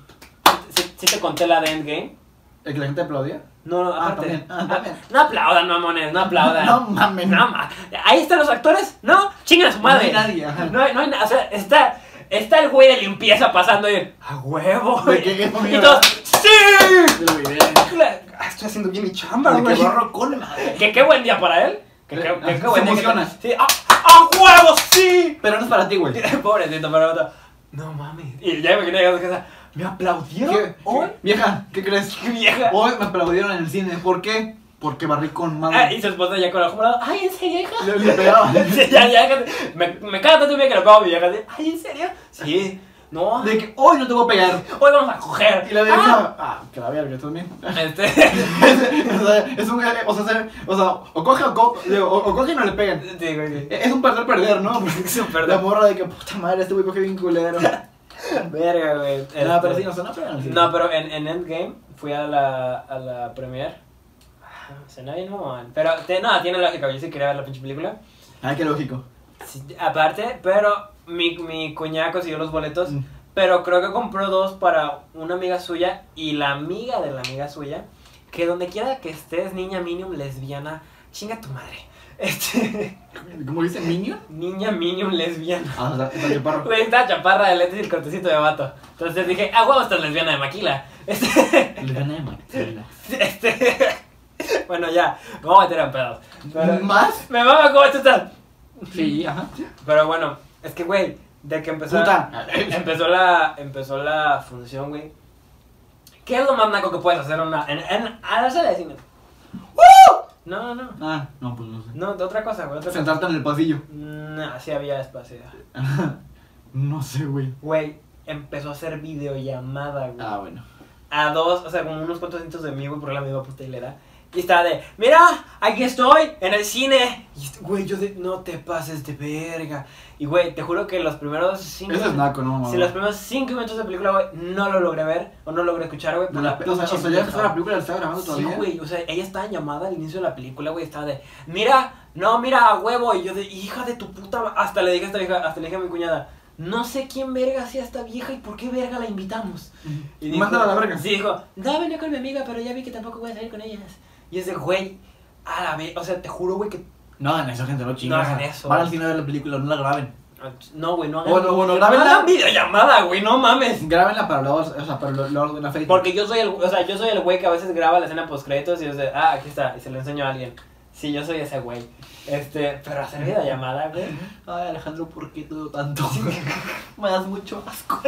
Speaker 1: ¿Sí, sí te conté la de Endgame?
Speaker 2: El que la gente aplaudía.
Speaker 1: No, no,
Speaker 2: Ah,
Speaker 1: aparte.
Speaker 2: también, ah, también.
Speaker 1: No aplaudan, mamones. No aplaudan.
Speaker 2: (laughs) No mames.
Speaker 1: No, ma- ahí están los actores, ¿no? Chingan a su
Speaker 2: No
Speaker 1: madre.
Speaker 2: hay nadie, ajá.
Speaker 1: No hay, no hay na- O sea, está, está el güey de limpieza pasando y. ¡A huevo!
Speaker 2: ¿De qué? ¿Qué
Speaker 1: (laughs) y
Speaker 2: comida?
Speaker 1: todos. ¡Sí!
Speaker 2: Yo lo miré. De
Speaker 1: La- ah, Estoy haciendo bien mi chamba,
Speaker 2: que
Speaker 1: güey.
Speaker 2: barro con la madre.
Speaker 1: Que qué buen día para él. Que qué-
Speaker 2: Ah,
Speaker 1: que qué
Speaker 2: se
Speaker 1: buen día. que-
Speaker 2: emociona.
Speaker 1: Sí, ¡A, a huevo! ¡Sí!
Speaker 2: Pero no es para ti, güey.
Speaker 1: (laughs) Pobrecito, pero otro, No mames. Y ya imagino llegando a casa. ¿Me aplaudieron
Speaker 2: ¿Qué- Oh,
Speaker 1: hoy?
Speaker 2: Vieja, ¿qué crees?
Speaker 1: ¿Qué vieja?
Speaker 2: Hoy me aplaudieron en el cine. ¿Por qué? Porque barrí con
Speaker 1: Ah, y
Speaker 2: madre.
Speaker 1: su esposa ya con el ojo morado, ¡Ay, en serio, hija!
Speaker 2: Le, le pegaba.
Speaker 1: (laughs) Sí, ya, ya, déjate. me, me caga tanto mi vida que lo pago mi vieja. así, Ay, ¿en serio? Sí, no.
Speaker 2: De que hoy no te voy a pegar.
Speaker 1: Hoy vamos a coger.
Speaker 2: Y la vieja.
Speaker 1: Ah,
Speaker 2: Ah, que la verga, tú también.
Speaker 1: Este.
Speaker 2: (laughs)
Speaker 1: (laughs)
Speaker 2: o sea, es un, o sea, se- o sea, o coge o, co- digo, o, o coge y no le pegan. E,
Speaker 1: Sí, güey, sí.
Speaker 2: Es un perder perder, ¿no?
Speaker 1: Súper.
Speaker 2: (laughs) La morra de que puta madre, este güey coge bien
Speaker 1: (laughs)
Speaker 2: culero. no,
Speaker 1: Verga, güey. Este,
Speaker 2: pero sí, no suena pero sí.
Speaker 1: No, pero en, en Endgame fui a la, a la premiere. Ah, Se bien mamón. Pero, te, no, tiene lógica. Yo sí quería ver la pinche película.
Speaker 2: Ay, Ah, qué lógico.
Speaker 1: Sí, aparte, pero mi, mi cuñada consiguió los boletos.
Speaker 2: Mm.
Speaker 1: Pero creo que compró dos para una amiga suya y la amiga de la amiga suya. Que donde quiera que estés, niña minium lesbiana, chinga tu madre. (laughs) Este,
Speaker 2: ¿Cómo dice Minion?
Speaker 1: niña minium lesbiana.
Speaker 2: Ah, o sea, está chaparro.
Speaker 1: Güey, estaba chaparra de lentes y el cortecito de vato. Entonces dije, ah, huevo, estás lesbiana de maquila. (laughs) Este,
Speaker 2: Le gana de Maxela.
Speaker 1: este, bueno, ya, me voy a meter en pedos. Pero-
Speaker 2: ¿Más?
Speaker 1: me mama cómo tú estás.
Speaker 2: Sí, ajá.
Speaker 1: Pero bueno, es que, güey, de que empezó.
Speaker 2: Puta.
Speaker 1: Empezó la, empezó la función, güey. ¿Qué es lo más naco que puedes hacer en una, en, en, a la sala de cine? No, no, no.
Speaker 2: Ah, no, pues no sé.
Speaker 1: No, de otra cosa, güey. Otra cosa.
Speaker 2: Sentarte en el pasillo. (laughs)
Speaker 1: No, así había espacio.
Speaker 2: Ajá. no sé, güey.
Speaker 1: Güey, empezó a hacer videollamada, güey.
Speaker 2: Ah, bueno.
Speaker 1: A dos, o sea, como unos cuantos cientos de mí, güey, por la misma puta hilera. Y estaba de, mira, aquí estoy, en el cine. Y, este- güey, yo de, no te pases de verga. Y, güey, te juro que los primeros cinco...
Speaker 2: Eso es naco, no, mamá.
Speaker 1: Si los primeros 5 minutos de película, güey, no lo logré ver o no logré escuchar, güey,
Speaker 2: De
Speaker 1: por
Speaker 2: la
Speaker 1: la
Speaker 2: pe- O sea, o sea, ya empezó la película, la estaba grabando
Speaker 1: Sí,
Speaker 2: todavía.
Speaker 1: güey, o sea, ella estaba en llamada al inicio de la película, güey, estaba de, mira, no, mira, a huevo, y yo de, hija de tu puta, ma-". hasta le dije a esta vieja, hasta le dije a mi cuñada, no sé quién verga sea esta vieja y por qué verga la invitamos. Y dijo-
Speaker 2: Mándala a la verga.
Speaker 1: Sí, dijo, no, venía con mi amiga, pero ya vi que tampoco voy a salir con ellas. Y es de, güey, a la vez, o sea, te juro, güey, que,
Speaker 2: No hagan eso, gente, no chingas.
Speaker 1: No hagan eso.
Speaker 2: Van al cine a ver la película, no la graben.
Speaker 1: no, güey, no hagan,
Speaker 2: Bueno, bueno,
Speaker 1: no hagan
Speaker 2: grábenla.
Speaker 1: videollamada, güey, no mames.
Speaker 2: Grábenla para luego, o sea, para lo- luego de la Facebook.
Speaker 1: Porque yo soy el, o sea, yo soy el güey que a veces graba la escena post créditos y es de, ah, aquí está, y se lo enseño a alguien. Sí, yo soy ese güey. Este, pero hacer videollamada, güey.
Speaker 2: Ay, Alejandro, ¿por qué todo tanto? (laughs) Me das mucho asco.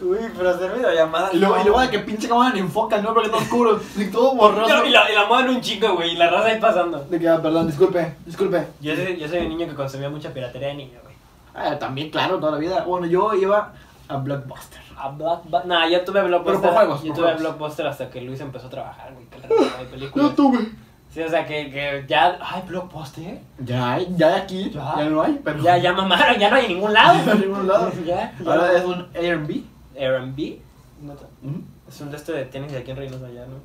Speaker 1: Uy, pero hacer videollamada.
Speaker 2: Y luego, y
Speaker 1: no.
Speaker 2: luego de que pinche cámara le enfoca, ¿no? Porque está oscuro. Y todo
Speaker 1: No,
Speaker 2: borroso.
Speaker 1: y la, y la mueven un chingo, güey, y la raza ahí pasando.
Speaker 2: De que, ah, perdón, disculpe, disculpe.
Speaker 1: Yo soy, yo soy un niño que consumía mucha piratería de niño, güey.
Speaker 2: Ah, también, claro, toda la vida. Bueno, yo iba a Blockbuster.
Speaker 1: A Blockbuster. Nah, yo tuve Blockbuster.
Speaker 2: por juegos,
Speaker 1: yo
Speaker 2: por
Speaker 1: tuve
Speaker 2: juegos.
Speaker 1: Blockbuster hasta que Luis empezó a trabajar, güey, que le regalaba películas.
Speaker 2: Yo tuve.
Speaker 1: Sí, o sea, que, que ya. Ay, Blockbuster.
Speaker 2: Ya hay, ya hay aquí.
Speaker 1: Ya.
Speaker 2: Ya, no hay, pero.
Speaker 1: Ya, ya mamaron, ya no hay en ningún
Speaker 2: (laughs)
Speaker 1: lado.
Speaker 2: No hay (laughs) en ningún lado.
Speaker 1: ya, ya.
Speaker 2: Ahora es un Airbnb.
Speaker 1: R&B. No te-
Speaker 2: Ujú.
Speaker 1: Es un de este de tenis de aquí en Reynosa allá, ¿no?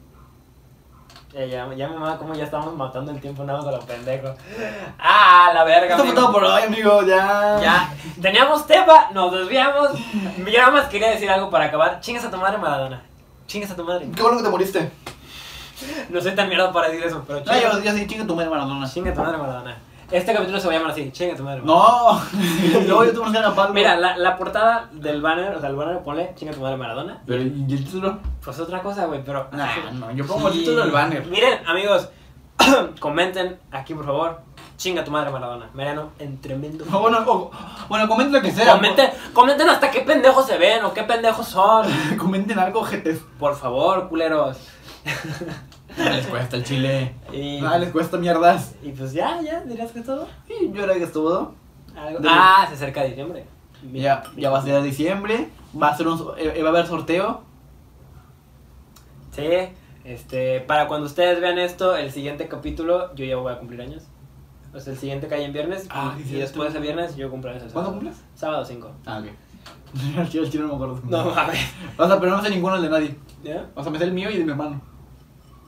Speaker 1: Ya, ya, ya mamá, como ya estamos matando el tiempo nada más a los pendejos. ¡Ah, la verga!
Speaker 2: Esto fue
Speaker 1: amigo.
Speaker 2: todo por hoy, amigo. Ya.
Speaker 1: Ya, teníamos tema, nos desviamos. Yo nada más quería decir algo para acabar. Chingas a tu madre, Maradona. Chingas a tu madre.
Speaker 2: Qué bueno que te moriste.
Speaker 1: No soy tan mierda para decir eso, pero
Speaker 2: No, yo,
Speaker 1: chinga,
Speaker 2: yo sí, chinga tu madre, Maradona.
Speaker 1: chinga a tu madre, Maradona. Este capítulo se va a llamar así, chinga a tu madre. Maradona.
Speaker 2: (laughs) No. Luego yo tengo que hacer la palma.
Speaker 1: Mira, la, la portada del banner, o sea, el banner ponle chinga a tu madre, Maradona.
Speaker 2: Pero, ¿y el título?
Speaker 1: Pues otra cosa, güey, pero...
Speaker 2: Nah, no, yo pongo el título del banner.
Speaker 1: (clears throat) Miren, amigos, comenten aquí, por favor. Chinga tu madre, Maradona. Mariano, en tremendo.
Speaker 2: O Bueno, o- bueno, comenten lo que sea.
Speaker 1: Comenten, comenten hasta qué pendejos se ven o qué pendejos son.
Speaker 2: (laughs) Comenten algo, jetes.
Speaker 1: Por favor, culeros.
Speaker 2: Ah, Les cuesta el chile.
Speaker 1: Y,
Speaker 2: Ah, les cuesta mierdas.
Speaker 1: y pues ya, ya, dirás que todo.
Speaker 2: Y yo era que estuvo.
Speaker 1: Algo-
Speaker 2: Dale.
Speaker 1: Ah, se acerca diciembre.
Speaker 2: Ya, ya va a ser diciembre. Va a ser un, so- eh, eh, va a haber sorteo.
Speaker 1: Sí, este, para cuando ustedes vean esto, el siguiente capítulo, yo ya voy a cumplir años. O sea, el siguiente cae en viernes
Speaker 2: Ah,
Speaker 1: y,
Speaker 2: sí,
Speaker 1: y
Speaker 2: cierto.
Speaker 1: después de viernes yo cumplo años el
Speaker 2: ¿Cuándo
Speaker 1: sábado.
Speaker 2: cumples? Mm.
Speaker 1: Sábado 5.
Speaker 2: Ah, ok. (laughs) El Pues, chile, el chile no me acuerdo.
Speaker 1: No mames.
Speaker 2: O sea, pero no me sé ninguno el de nadie.
Speaker 1: (laughs) ¿Ya?
Speaker 2: O sea, me sé el mío y de mi hermano.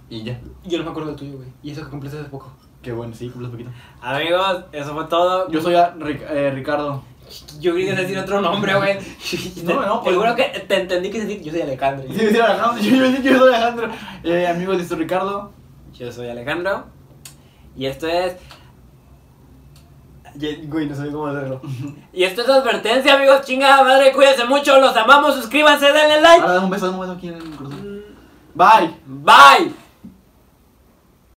Speaker 2: Y ya.
Speaker 1: Yo no me acuerdo del tuyo, güey. Y eso que cumpliste hace poco.
Speaker 2: Qué bueno, sí, cumples poquito.
Speaker 1: Amigos, eso fue todo.
Speaker 2: Yo soy a Ric- eh, Ricardo.
Speaker 1: Yo creí que ibas a decir otro nombre, (laughs) güey.
Speaker 2: No, no, pues-
Speaker 1: Seguro que te entendí que decir, yo soy Alejandro.
Speaker 2: Sí, sí, era Alejandro. (laughs) Yo, yo, yo soy Alejandro. Eh, amigos, de soy Ricardo.
Speaker 1: Yo soy Alejandro. Y esto es. Ya, Güey, no sabía cómo hacerlo. (laughs) Y esto es advertencia, amigos. Chingada madre, cuídense mucho. Los amamos. Suscríbanse, denle like. Ah.
Speaker 2: Ahora dame un beso, dame un beso aquí en el corazón. Bye.
Speaker 1: Bye.